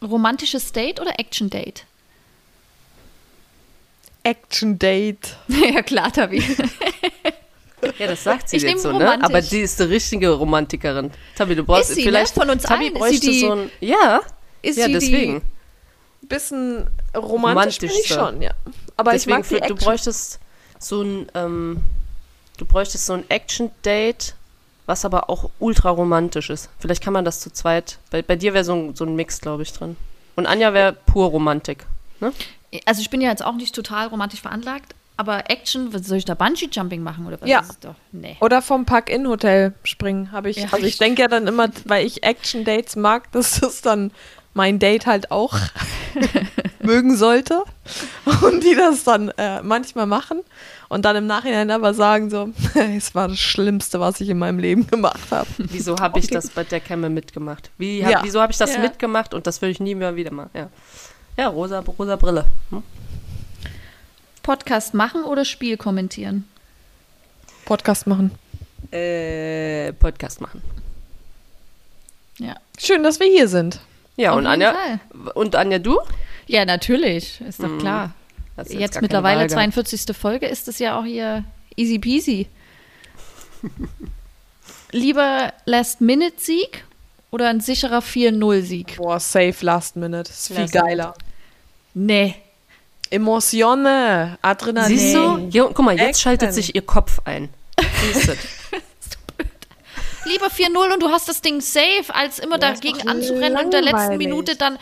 Romantisches Date oder Action-Date?
Action-Date.
<laughs> ja, klar, Tabi.
Ja, das sagt sie
Ich
jetzt
nehm
so, ne?
romantisch.
Aber die ist die richtige Romantikerin. Tabi, du brauchst
Ist sie, ne?
vielleicht
Von uns
Tabi
allen ist sie
bräuchte
die-
so ein ja,
Ist
ja
sie die-
deswegen.
Bisschen romantisch bin ich
Romantischste.
schon, ja. Aber
deswegen
ich mag die
für- du
Action.
bräuchtest so ein ähm, du bräuchtest so ein Action Date, was aber auch ultra romantisch ist. Vielleicht kann man das zu zweit. Bei, bei dir wäre so ein, so ein Mix, glaube ich, drin. Und Anja wäre pur Romantik. ne?
Also ich bin ja jetzt auch nicht total romantisch veranlagt, aber Action, was soll ich da Bungee-Jumping machen oder was?
Ja.
Das ist doch, nee.
Oder vom Park-In-Hotel springen, habe ich.
Ja.
Also ich denke ja dann immer, weil ich Action-Dates mag, <laughs> dass das dann mein Date
<laughs>
halt auch mögen sollte. Und die das dann äh, manchmal machen und dann im Nachhinein aber sagen so, <laughs> es war das Schlimmste, was ich in meinem Leben gemacht
<laughs>
habe.
Wieso habe ich das bei der Kämme mitgemacht? Wie hab,
Ja.
Wieso habe ich das
Ja.
mitgemacht und das will ich nie mehr wieder machen? Ja, ja rosa, rosa Brille. Hm?
Podcast machen oder Spiel kommentieren?
Podcast machen.
Äh, Podcast machen.
Ja.
Schön, dass wir hier sind.
Ja,
Auf
und
jeden
Anja,
Fall.
und Anja, du?
Ja, natürlich, ist
Mhm.
doch klar.
Hast
Jetzt,
gar keine
mittlerweile
Wahl gehabt.
42. Folge ist es ja auch hier easy peasy. Lieber Last-Minute-Sieg oder ein sicherer 4-0-Sieg?
Boah, safe last minute. Ist viel
Last
geiler.
Nee.
Emotione,
Ah,
Adrenalin.
Siehst du? Ja, guck mal, jetzt
Action.
schaltet sich ihr Kopf ein.
<laughs>
Siehst du?
Lieber 4-0 und du hast das Ding safe, als immer dagegen anzurennen und in der letzten
langweilig.
Minute dann.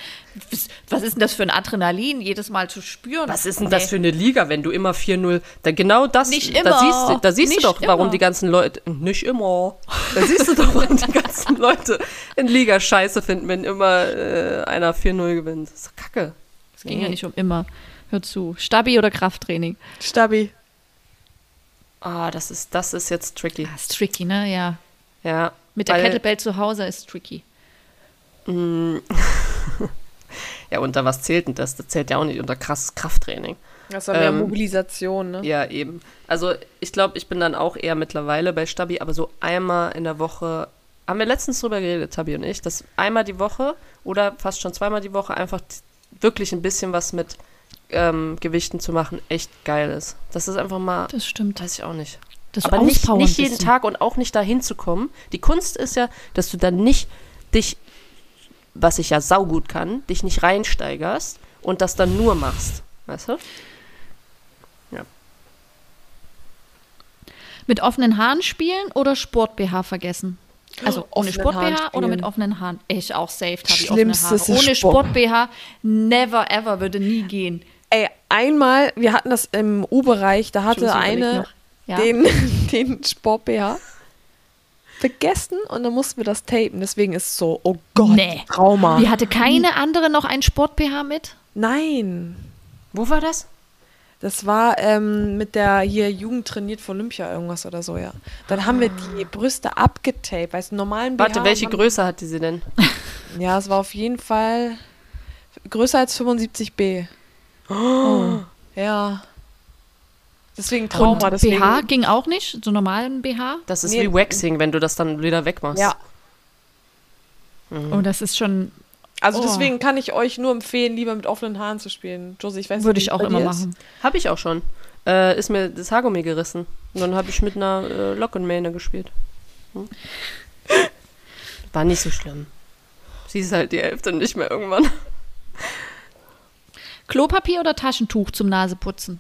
Was- Was ist denn das für ein Adrenalin, jedes Mal zu spüren?
Was ist denn das für eine Liga, wenn du immer 4-0. Da genau das.
Nicht
Da
immer.
siehst, du- da siehst
Nicht
du doch, warum
immer.
die ganzen Leute. Nicht immer. Da siehst du doch, warum die
<laughs>
ganzen Leute in Liga scheiße finden, wenn immer äh, einer 4-0 gewinnt. Das ist doch kacke.
Es ging ja nicht um immer. Hör zu. Stabi oder Krafttraining?
Stabi.
Ah, das ist, das ist jetzt tricky.
Das ist tricky, ne? Ja.
Ja.
Mit der
weil-
Kettlebell zu Hause ist tricky.
Ja, unter was zählt denn das? Das zählt ja auch nicht unter krasses Krafttraining.
Das war mehr
Ähm,
Mobilisation, ne?
Ja, eben. Also ich glaube, ich bin dann auch eher mittlerweile bei Stabi, aber so einmal in der Woche, haben wir letztens drüber geredet, Tabi und ich, dass einmal die Woche oder fast schon zweimal die Woche einfach t- wirklich ein bisschen was mit ähm, Gewichten zu machen, echt geil ist. Das ist einfach mal,
Das stimmt.
weiß ich auch nicht.
Das
aber nicht,
Auspowern
nicht jeden
bisschen.
Tag und auch nicht dahin zu kommen. Die Kunst ist ja, dass du dann nicht dich, was ich ja saugut kann, dich nicht reinsteigerst und das dann nur machst. Weißt du?
Mit offenen Haaren spielen oder Sport-BH vergessen? Also ohne
Offenen Haaren
Sport-BH oder mit
spielen.
offenen Haaren? Ich auch safe, Tabi, offene Haare.
Schlimmstes ist
Ohne
Sport-
Sport-BH never ever würde nie gehen.
Ey, einmal, wir hatten das im U-Bereich, da hatte
Josie überlegt
eine
noch. Ja.
den, <laughs> den Sport-BH vergessen und dann mussten wir das tapen. Deswegen ist es so, oh Gott,
Nee.
Trauma.
Wie hatte keine andere noch ein Sport-BH mit?
Nein,
Wo war das?
das war ähm, mit der hier Jugend trainiert für Olympia irgendwas oder so, ja. Dann haben wir die Brüste abgetaped, weißt du, normalen BH.
Warte, welche
haben-
Größe hatte sie denn?
Ja, es war auf jeden Fall größer als 75b. Oh. Ja. Deswegen Trauma,
Und
deswegen.
BH ging auch nicht, so normalen BH.
Das ist
Nee.
wie Waxing, wenn du das dann wieder wegmachst.
Ja,
Oh, das ist schon,
also
Oh.
deswegen kann ich euch nur empfehlen, lieber mit offenen Haaren zu spielen. Josie, ich weiß nicht,
würde
wie
ich
es
auch
bei
immer
dir ist.
machen.
Habe ich auch schon. Äh, ist mir das Haargummi gerissen. Und dann habe ich mit einer äh, Lockenmähne gespielt. Hm? War nicht so schlimm. Sie ist halt die Hälfte nicht mehr irgendwann.
Klopapier oder Taschentuch zum
<laughs>
Naseputzen?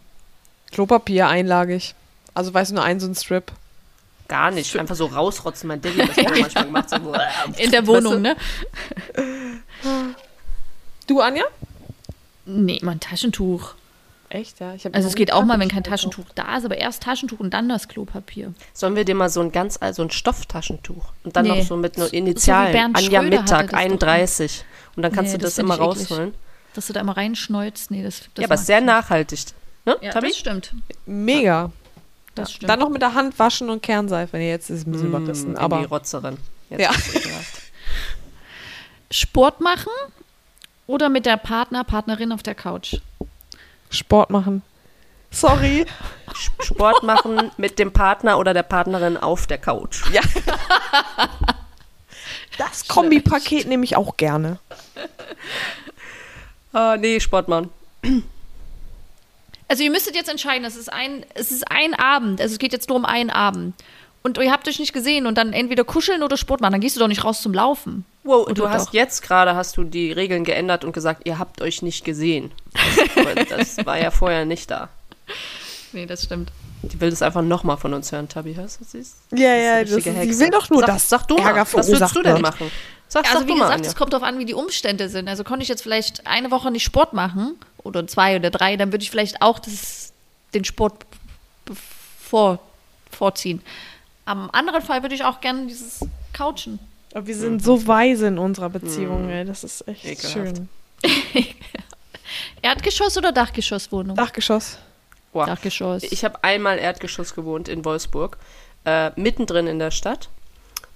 Klopapier einlagig. Also weißt du, nur ein so ein Strip.
Gar nicht. Einfach so rausrotzen. Mein Daddy hat das auch manchmal gemacht. So, <laughs>
In der Wohnung, ne?
Du, Anja?
ne? Nee, mal ein Taschentuch.
Echt, ja. Ich hab
Also
noch
es
nie
geht auch mal, wenn
Taschentuch
kein Taschentuch
gekauft.
da ist, aber erst Taschentuch und dann das Klopapier.
Sollen wir dir mal so ein ganz, also ein Stofftaschentuch und dann
Nee.
noch so mit nur
So wie
Initialen.
Bernd Schröder
Anja
hatte das
Mittag,
doch. ne?
31. Und dann kannst
Nee,
du
das
das,
find
immer
ich eklig.
rausholen.
Dass du da immer reinschneust, nee, das, das
ja, aber
mag
sehr
ich
nachhaltig. Ne,
nicht. Ja,
Tabi?
das stimmt.
Mega.
Das stimmt.
Dann noch mit der Hand waschen und Kernseife. Nee, jetzt ist es ein bisschen überrissen,
Hm, in die
aber
Rotzerin. Jetzt
Ja.
ist es ekelhaft.
Sport machen oder mit der Partner, Partnerin auf der Couch?
Sport machen. <laughs> Sorry.
Sport machen mit dem Partner oder der Partnerin auf der Couch.
Das Kombipaket nehme ich auch gerne.
Ah, nee, Sport machen.
Also ihr müsstet jetzt entscheiden, es ist ein, es ist ein Abend, also es geht jetzt nur um einen Abend. Und ihr habt euch nicht gesehen und dann entweder kuscheln oder Sport machen, dann gehst du doch nicht raus zum Laufen.
Wow, und du
Oder
hast
doch?
jetzt gerade hast du die Regeln geändert und gesagt, ihr habt euch nicht gesehen. Das, das war ja vorher nicht da.
Nee, das stimmt.
Die will das einfach nochmal von uns hören, Tabi. Hörst du siehst?
Ja,
Das
ja,
ist eine
das,
richtige
die
Hexe.
will doch nur
sag,
das.
Sag du mal,
Ärger
was würdest du
verursacht
denn
wird.
machen? Sag,
Also
sag
wie
du mal,
gesagt,
Anja.
es kommt darauf an, wie die Umstände sind. Also konnte ich jetzt vielleicht eine Woche nicht Sport machen oder zwei oder drei, dann würde ich vielleicht auch das, den Sport b- vor, vorziehen. Am anderen Fall würde ich auch gerne dieses Couchen.
Aber wir sind so weise in unserer Beziehung, ey. Das ist echt
Mhm. Ekelhaft.
schön.
Erdgeschoss oder Dachgeschosswohnung?
Dachgeschoss.
Boah.
Dachgeschoss.
Ich habe einmal Erdgeschoss gewohnt in Wolfsburg, äh, mittendrin in der Stadt.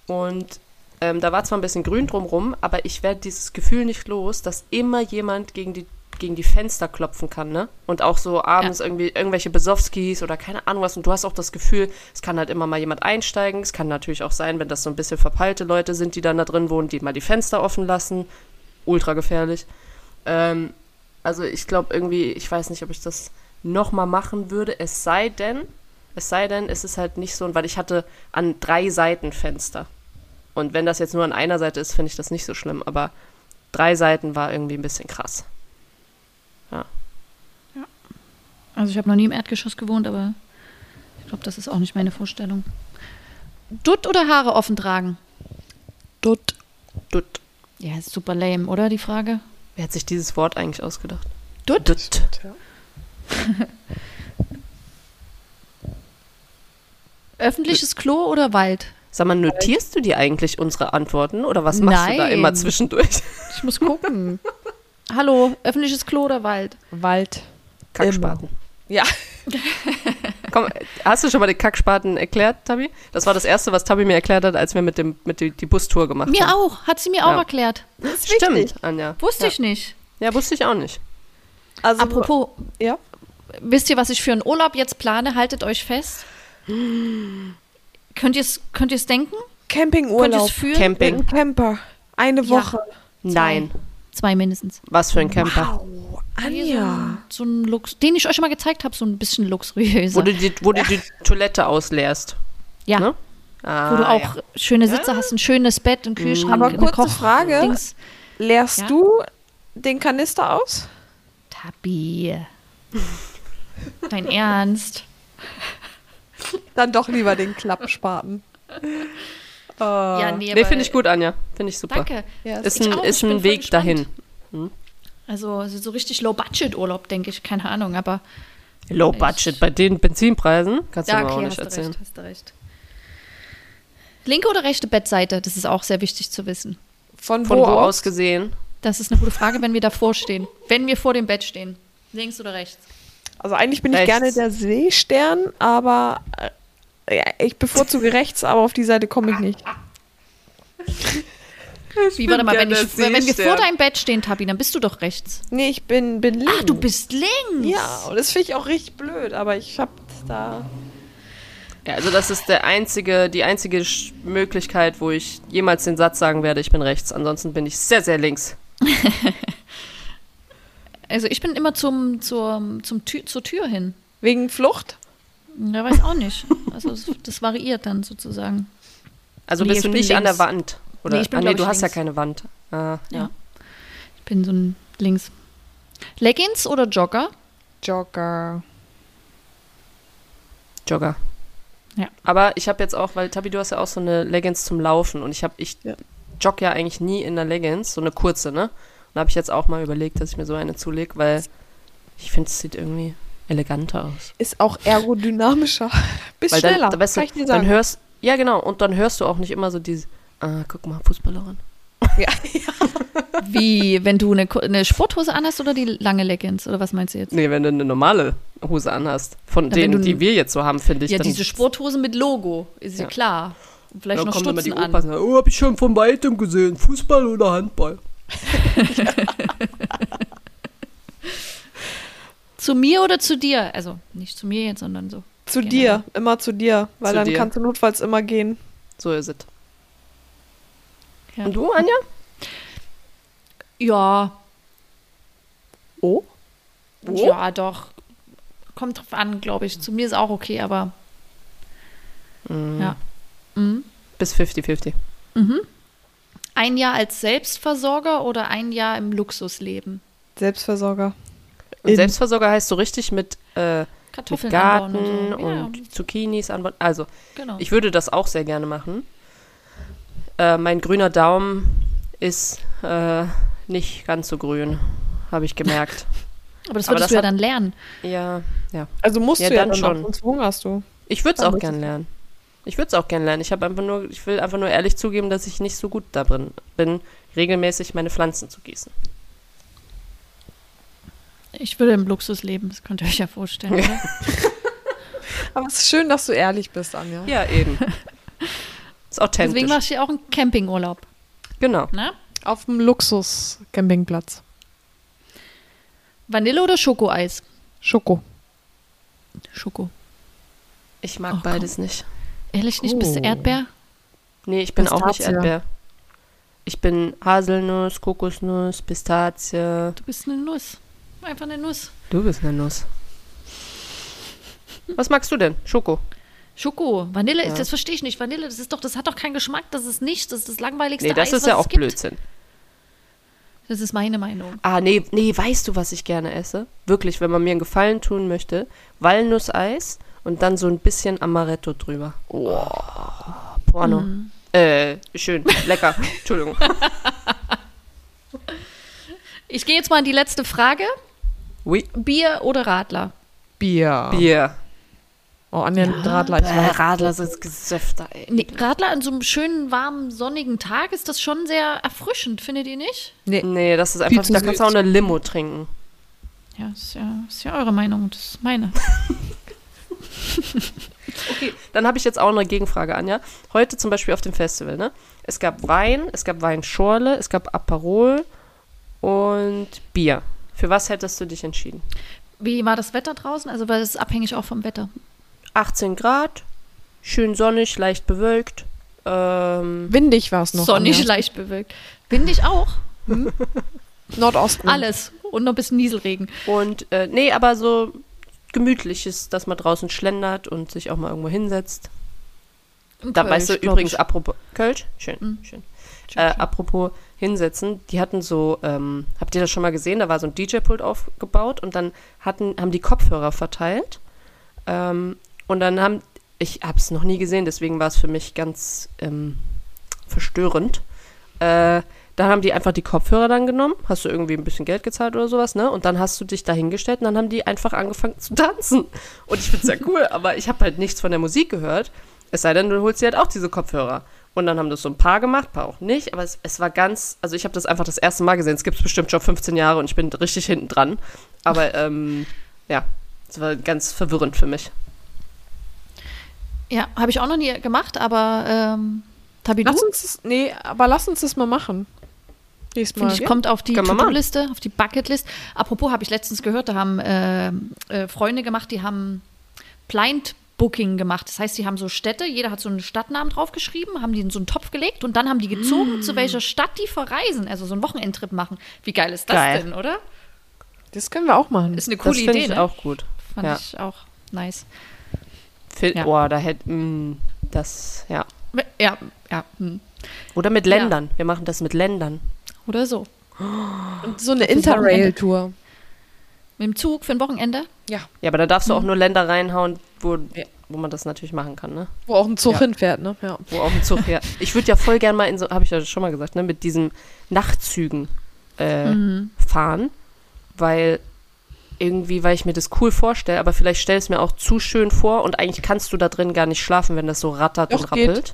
Und ähm, da war zwar ein bisschen grün drumrum, aber ich werde dieses Gefühl nicht los, dass immer jemand gegen die, gegen die Fenster klopfen kann, ne? Und auch so abends irgendwie irgendwelche Besowskis oder keine Ahnung was. Und du hast auch das Gefühl, es kann halt immer mal jemand einsteigen. Es kann natürlich auch sein, wenn das so ein bisschen verpeilte Leute sind, die dann da drin wohnen, die mal die Fenster offen lassen. Ultra gefährlich. Ähm, also ich glaube irgendwie, ich weiß nicht, ob ich das nochmal machen würde, es sei denn, es sei denn, es ist halt nicht so, weil ich hatte an drei Seiten Fenster. Und wenn das jetzt nur an einer Seite ist, finde ich das nicht so schlimm, aber drei Seiten war irgendwie ein bisschen krass.
Also ich habe noch nie im Erdgeschoss gewohnt, aber ich glaube, das ist auch nicht meine Vorstellung. Dutt oder Haare offen tragen?
Dutt.
Dutt.
Ja, ist super lame, oder die Frage?
Wer hat sich dieses Wort eigentlich ausgedacht?
Dutt?
Dutt.
Öffentliches Klo oder Wald?
Sag mal, notierst du dir eigentlich unsere Antworten oder was machst du da
Nein. <laughs>
immer zwischendurch?
Ich muss gucken. <laughs> Hallo, öffentliches Klo oder Wald?
Wald.
Kackspaten.
Ja. <laughs>
Komm, hast du schon mal den Kackspaten erklärt, Tabi? Das war das erste, was Tabi mir erklärt hat, als wir mit dem mit die, die Bustour gemacht
Mir
haben.
auch, hat sie mir auch
Ja.
erklärt.
Stimmt, Anja.
Wusste
ja.
ich nicht.
Ja, wusste ich auch nicht.
Also,
Apropos,
Ja.
wisst ihr, was ich für einen Urlaub jetzt plane? Haltet euch fest. Könnt ihr es könnt ihr's denken? Könnt ihr
Campingurlaub.
es fühlen?
Mit
Camping.
einem Camper. Eine Woche.
Nein.
Zwei mindestens.
Was für ein Camper.
Wow.
Hier
Anja.
So ein, so ein Lux, den ich euch schon mal gezeigt habe, so ein bisschen luxuriöser.
Wo du die, wo du die Toilette ausleerst.
ja,
ne?
wo du
Ah,
auch
ja.
schöne Sitze hast, ein schönes Bett, einen Kühlschrank,
Aber
eine
kurze
Koch
Frage.
Dings.
Leerst
Ja.
du den Kanister aus?
<laughs>
Tabi. Dein Ernst?
Dann doch lieber den Klappspaten. Äh,
Ja, nee,
Nee,
aber-
finde ich gut, Anja. Finde ich super.
Danke.
Ja,
Ist
Ich
ein,
auch,
ist
ich bin
ein
voll
Weg
gespannt.
dahin.
Also so so richtig Low-Budget-Urlaub, denke ich. Keine Ahnung, aber
Low Budget bei den Benzinpreisen kannst du
ja,
mir auch
okay,
nicht
hast du
erzählen.
recht, hast du recht. Linke oder rechte Bettseite? Das ist auch sehr wichtig zu wissen.
Von,
Von
wo,
wo aus
aus?
gesehen?
Das ist eine gute Frage, wenn wir davor stehen. Wenn wir vor dem Bett stehen. Links oder rechts?
Also eigentlich bin ich
Rechts.
gerne der Seestern, aber äh, ja, ich bevorzuge rechts, aber auf die Seite komme ich nicht.
Wie, warte mal, wenn,
gerne
ich, wenn wir
Seestern.
vor deinem Bett stehen, Tabi, dann bist du doch rechts.
Nee, ich bin,
Ah,
bin links.
Ach, du bist links.
Ja, und das finde ich auch richtig blöd, aber ich hab da.
Ja, also das ist der einzige, die einzige Sch- Möglichkeit, wo ich jemals den Satz sagen werde, ich bin rechts. Ansonsten bin ich sehr, sehr links.
Also ich bin immer zum, zum, zum Tür, zur Tür hin.
Wegen Flucht?
Ja, weiß auch nicht. Also es- das variiert dann sozusagen.
Also
Nee,
bist du
ich bin
nicht an der
links.
Wand? Oder?
Nee, ich bin,
ah, nee
glaub
du
ich,
hast ja
links.
keine Wand. Ah,
Ja. Ich bin so ein links. Leggings oder Jogger?
Jogger.
Jogger.
Ja.
Aber ich habe jetzt auch, weil Tabi, du hast ja auch so eine Leggings zum Laufen und ich habe, ich
Ja.
jogge ja eigentlich nie in der Leggings, so eine kurze, ne? Und habe ich jetzt auch mal überlegt, dass ich mir so eine zulege, weil ich finde, es sieht irgendwie eleganter aus.
Ist auch aerodynamischer. <laughs> Bist
Weil
schneller.
dann, weißt
kann
du,
ich dir
dann
sagen.
hörst, ja genau, und dann hörst du auch nicht immer so diese, ah, guck mal, Fußballerin. <laughs>
Wie, wenn du eine, Ko- eine Sporthose anhast oder die lange Leggings? Oder was meinst du jetzt?
Nee, wenn du eine normale Hose anhast, von
Na, wenn
denen,
du-
die wir jetzt so haben, finde ich,
ja,
dann
diese Sporthose mit Logo, ist ja,
Ja.
klar. Und
dann
vielleicht noch
kommen immer die
Stutzen an.
Opas und sagen, oh, hab ich schon von weitem gesehen, Fußball oder Handball.
Zu mir oder zu dir? Also nicht zu mir jetzt, sondern so.
Zu
Genau.
dir, immer zu dir, weil
Zu
dann
dir.
kannst du notfalls immer gehen.
So ist es.
Ja.
Und du, Anja?
Ja,
Oh?
Oh.
ja, doch. kommt drauf an, glaube ich. Zu mir ist auch okay, aber ja. Mhm.
Bis 50-50.
Ein Jahr als Selbstversorger oder ein Jahr im Luxusleben?
Selbstversorger.
Und
In-
Selbstversorger heißt so richtig mit, äh, mit
Kartoffeln
Garten
anbauen und so.
und
ja,
Zucchinis anbauen. Also,
genau.
ich würde das auch sehr gerne machen. Äh, mein grüner Daumen ist äh, nicht ganz so grün, habe
<laughs>
ich gemerkt.
aber das
aber
würdest
das
du ja
hat-
dann lernen.
ja, ja.
Also musst
Ja,
du ja
dann
dann
schon.
schon. Sonst hungerst du.
Ich würde es
Dann
auch
muss
gern
ich-
lernen. Ich würde es auch gern lernen. Ich habe einfach nur, ich will einfach nur ehrlich zugeben, dass ich nicht so gut da drin bin, regelmäßig meine Pflanzen zu gießen.
Ich würde im Luxusleben, das könnt ihr euch ja vorstellen. Oder?
Aber es ist schön, dass du ehrlich bist, Anja.
Ja, <laughs> eben. Ist authentisch.
Deswegen machst du ja auch einen Campingurlaub.
genau.
Ne?
Auf dem Luxus-Campingplatz.
Vanille oder Schokoeis?
Schoko.
Schoko.
Ich mag
Oh, komm.
beides nicht.
Ehrlich nicht? Bist du
Oh.
Erdbeer?
Nee, ich bin auch nicht
Pistazie.
Erdbeer. Ich bin Haselnuss, Kokosnuss, Pistazie.
Du bist eine Nuss. Einfach eine Nuss.
Du bist eine Nuss. Was magst du denn? Schoko.
Schoko, Vanille,
Ja.
das verstehe ich nicht. Vanille, das ist doch, das hat doch keinen Geschmack, das ist nicht, das ist das langweiligste
Nee, das
Eis,
ist
was
ja
es
auch
gibt.
Blödsinn.
Das ist meine Meinung.
Ah, nee, nee, weißt du, was ich gerne esse? Wirklich, wenn man mir einen Gefallen tun möchte, Walnusseis und dann so ein bisschen Amaretto drüber. Oh, Porno.
Mhm.
Äh, schön, <laughs> lecker. Entschuldigung.
Ich gehe jetzt mal in die letzte Frage.
Oui.
Bier oder Radler?
Bier.
Bier.
Oh, Anja nimmt Radler. Ich weiß.
Also Radler sind Gesöfter, ey.
Nee, Radler an so einem schönen, warmen, sonnigen Tag ist das schon sehr erfrischend, findet ihr nicht?
Nee, das ist einfach,
zu
da kannst du auch
süß.
eine Limo trinken.
Ja, ist ja, ist ja eure Meinung, das ist meine.
Dann habe ich jetzt auch eine Gegenfrage, Anja. Heute zum Beispiel auf dem Festival, ne? Es gab Wein, es gab Weinschorle, es gab Aperol und Bier. Für was hättest du dich entschieden?
Wie war das Wetter draußen? Also, weil es ist abhängig auch vom Wetter.
18 Grad, schön sonnig, leicht bewölkt. Ähm,
Windig war es noch.
Sonnig,
Anja.
leicht bewölkt. Windig auch.
Hm.
Nordosten.
Alles. Und noch ein bisschen Nieselregen.
und äh, nee, aber so gemütliches, dass man draußen schlendert und sich auch mal irgendwo hinsetzt.
Im
Da
Kölsch,
weißt du
glaub
übrigens,
Äh, ich. Mhm.
apropos Kölsch, schön, schön.
Schön,
Äh,
schön.
apropos hinsetzen, die hatten so, ähm, habt ihr das schon mal gesehen? Da war so ein DJ-Pult aufgebaut und dann hatten, haben die Kopfhörer verteilt. Ähm, und dann haben, ich hab's noch nie gesehen, deswegen war es für mich ganz ähm, verstörend. Äh, dann haben die einfach die Kopfhörer dann genommen, hast du irgendwie ein bisschen Geld gezahlt oder sowas, ne? Und dann hast du dich dahingestellt und dann haben die einfach angefangen zu tanzen. Und ich find's ja cool, <laughs> aber ich habe halt nichts von der Musik gehört. Es sei denn, du holst dir halt auch diese Kopfhörer. Und dann haben das so ein paar gemacht, paar auch nicht, aber es, es war ganz, also ich habe das einfach das erste Mal gesehen. Es gibt's bestimmt schon 15 Jahre und ich bin richtig hinten dran.
<laughs>
Aber ähm, ja, es war ganz verwirrend für mich.
Ja, habe ich auch noch nie gemacht, aber ähm, Tabi, du,
Lass uns das, nee, aber lass uns das mal machen. Nächstes Mal.
finde ich, kommt auf die
Können wir machen.
To-Do-Liste, auf die Bucketlist. Apropos, habe ich letztens gehört, da haben äh, äh, Freunde gemacht, die haben Blind Booking gemacht. Das heißt, die haben so Städte, jeder hat so einen Stadtnamen draufgeschrieben, haben die in so einen Topf gelegt und dann haben die
Hm.
gezogen, zu welcher Stadt die verreisen. Also so einen Wochenendtrip machen. Wie geil ist das
Geil. Hm,
denn, oder?
das können wir auch machen.
Ist eine coole
Das finde
Idee,
ich
ne?
auch gut.
Fand
ja.
ich auch nice.
Fil-
Ja.
Oh, da hätte, mm, das, ja.
Ja, ja, hm.
Oder mit
Ja.
Ländern. Wir machen das mit Ländern.
oder so.
Und so eine Interrail-Tour.
Mit dem Zug für ein Wochenende?
Ja.
Ja, aber da darfst du auch nur Länder reinhauen, wo,
Mhm. Ja.
wo man das natürlich machen kann, ne?
Wo auch ein Zug
Ja.
hinfährt, ne? Ja.
Wo auch ein
<laughs>
Zug her. Ich würde ja voll gern mal in so, habe ich ja schon mal gesagt, ne, mit diesen Nachtzügen äh,
Mhm.
fahren, weil irgendwie, weil ich mir das cool vorstelle, aber vielleicht stell es mir auch zu schön vor und eigentlich kannst du da drin gar nicht schlafen, wenn das so rattert und
Doch, geht.
rappelt.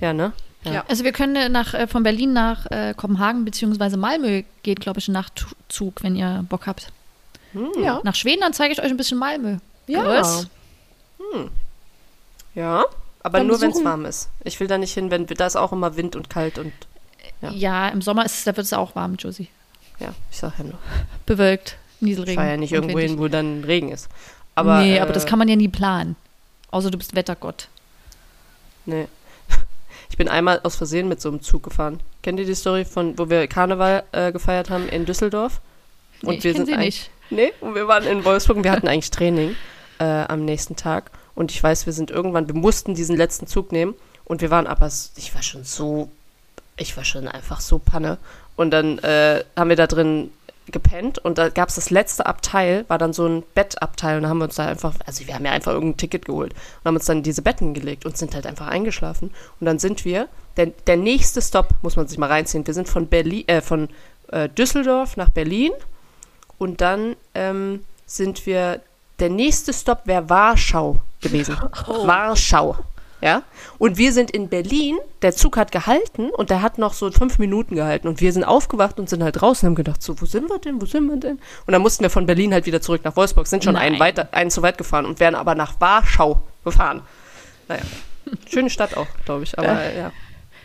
Ja, ne?
Ja.
Also wir können äh, nach, äh, von Berlin nach äh, Kopenhagen bzw. Malmö geht, glaube ich, ein Nachtzug, wenn ihr Bock habt.
Oh.
Ja.
Nach Schweden, dann zeige ich euch ein bisschen Malmö.
Ja.
Groß.
Ja. Aber
Dann
nur, wenn es
besuchen-
warm ist. Ich will da nicht hin, wenn da ist auch immer Wind und kalt und Ja.
Ja. im Sommer ist, da wird es auch warm, Josie.
ja, ich sag ja nur.
Bewölkt, Nieselregen.
Ich fahre ja nicht
und
irgendwo hin,
windig.
wo dann Regen ist. Aber,
nee,
äh,
aber das kann man ja nie planen. Außer du bist Wettergott.
Nee. <laughs> Ich bin einmal aus Versehen mit so einem Zug gefahren. Kennt ihr die Story von, wo wir Karneval äh, gefeiert haben in Düsseldorf?
Nee, ich kenn sie
ein-
nicht.
Nee, und wir waren in Wolfsburg und wir hatten eigentlich Training. äh, am nächsten Tag. Und ich weiß, wir sind irgendwann, wir mussten diesen letzten Zug nehmen und wir waren aber, s- ich war schon so, ich war schon einfach so Panne. Und dann äh, haben wir da drin gepennt und da gab es das letzte Abteil, war dann so ein Bettabteil und da haben wir uns da einfach, also wir haben ja einfach irgendein Ticket geholt und haben uns dann in diese Betten gelegt und sind halt einfach eingeschlafen. Und dann sind wir, der, der nächste Stop, muss man sich mal reinziehen, wir sind von Berlin, äh, von äh, Düsseldorf nach Berlin und dann ähm, sind wir, der nächste Stopp wäre Warschau <laughs> gewesen. Warschau. Ja. Und wir sind in Berlin, der Zug hat gehalten und der hat noch so fünf Minuten gehalten. Und wir sind aufgewacht und sind halt raus und haben gedacht, so, wo sind wir denn? Wo sind wir denn? Und dann mussten wir von Berlin halt wieder zurück nach Wolfsburg, sind schon einen,
Nein.
weiter, einen zu weit gefahren und wären aber nach Warschau gefahren. Naja. Schöne Stadt auch, glaube ich. Aber ja.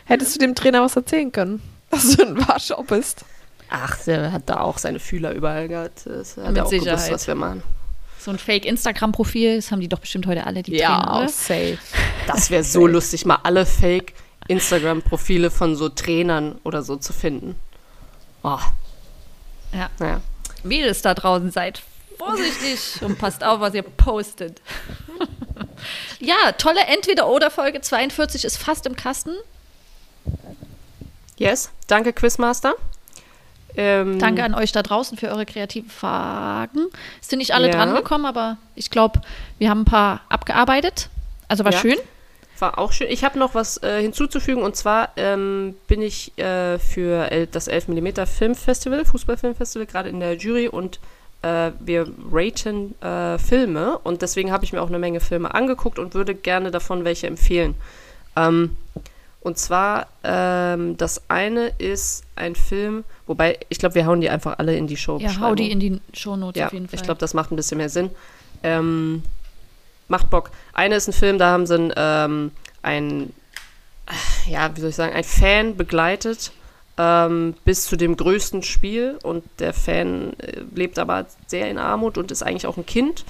Hättest du dem Trainer was erzählen können, <laughs> dass du in Warschau bist?
Ach, der hat da auch seine Fühler überall gehabt. Das hat
Mit
er auch gewusst,
Sicherheit.
was wir machen.
So ein Fake-Instagram-Profil, das haben die doch bestimmt heute alle, die Trainer, oder?
safe.
Das wäre so lustig, mal alle Fake Instagram-Profile von so Trainern oder so zu finden. Oh,
Ja.
naja.
Mädels da draußen seid vorsichtig und passt auf, was ihr
<laughs>
postet. ja, tolle Entweder-Oder-Folge 42 ist fast im Kasten.
Yes, danke Quizmaster. Ähm,
Danke an euch da draußen für eure kreativen Fragen. Es sind nicht alle
Ja.
dran gekommen, aber ich glaube, wir haben ein paar abgearbeitet. Also war
Ja.
schön.
War auch schön. Ich habe noch was äh, hinzuzufügen und zwar ähm, bin ich äh, für el das 11mm Filmfestival, Fußballfilmfestival, gerade in der Jury und äh, wir raten äh, Filme und deswegen habe ich mir auch eine Menge Filme angeguckt und würde gerne davon welche empfehlen. Ähm, und zwar, ähm, das eine ist ein Film, wobei ich glaube, wir hauen die einfach alle in die Show.
Ja, hau die in die Shownotes auf jeden Fall.
Oh, Ich glaube, das macht ein bisschen mehr Sinn. Ähm, macht Bock. Eine ist ein Film, da haben sie einen, ähm, ein, ja, wie soll ich sagen, ein Fan begleitet ähm, bis zu dem größten Spiel und der Fan äh, lebt aber sehr in Armut und ist eigentlich auch ein Kind.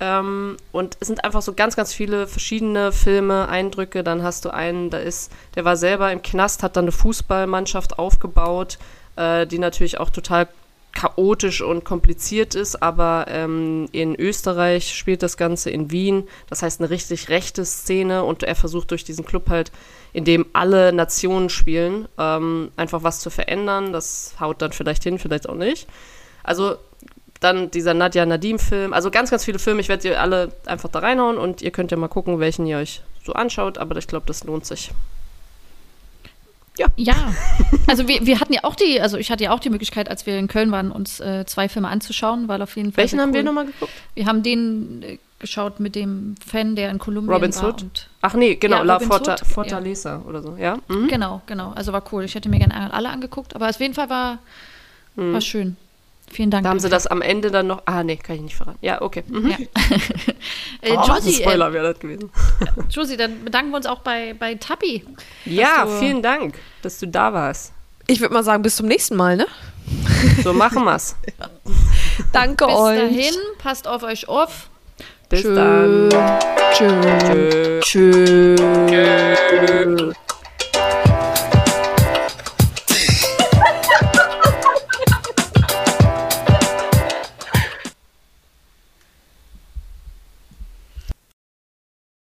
Ähm, und es sind einfach so ganz, ganz viele verschiedene Filme, Eindrücke. Dann hast du einen, da ist, der war selber im Knast, hat dann eine Fußballmannschaft aufgebaut, äh, die natürlich auch total chaotisch und kompliziert ist, aber ähm, in Österreich spielt das Ganze in Wien. Das heißt eine richtig rechte Szene und er versucht durch diesen Club halt, in dem alle Nationen spielen, ähm, einfach was zu verändern. Das haut dann vielleicht hin, vielleicht auch nicht. Also dann dieser Nadja Nadim-Film, also ganz, ganz viele Filme. Ich werde sie alle einfach da reinhauen und ihr könnt ja mal gucken, welchen ihr euch so anschaut, aber ich glaube, das lohnt sich. <laughs>
Ja, also wir, wir hatten ja auch die, also ich hatte ja auch die Möglichkeit, als wir in Köln waren, uns äh, zwei Filme anzuschauen, weil auf jeden Fall.
Welchen
sehr
haben wir
cool-
nochmal geguckt?
Wir haben den äh, geschaut mit dem Fan, der in Kolumbien
Robin
war.
Hood?
Und,
Ach nee, genau,
Ja,
La
Robin
Forta,
Hood, ja.
Fortaleza oder so, ja? Mhm.
Genau, genau. Also war cool. Ich hätte mir gerne alle angeguckt, aber auf jeden Fall war, war schön. Vielen Dank.
Mhm. Da haben sie das am Ende dann noch. Ah, nee, kann ich nicht verraten. Ja, okay. Mhm.
Ja. äh,
Oh, was ein
Josie, äh,
Spoiler wäre das gewesen.
Josie, dann bedanken wir uns auch bei, bei Tabi.
Ja,
du-
vielen Dank, dass du da warst.
Ich würde mal sagen, bis zum nächsten Mal, ne?
So machen wir's.
Danke
Bis
euch.
dahin, passt auf euch auf.
Bis dann.
Tschö.
Tschö.
Tschö.
Tschö.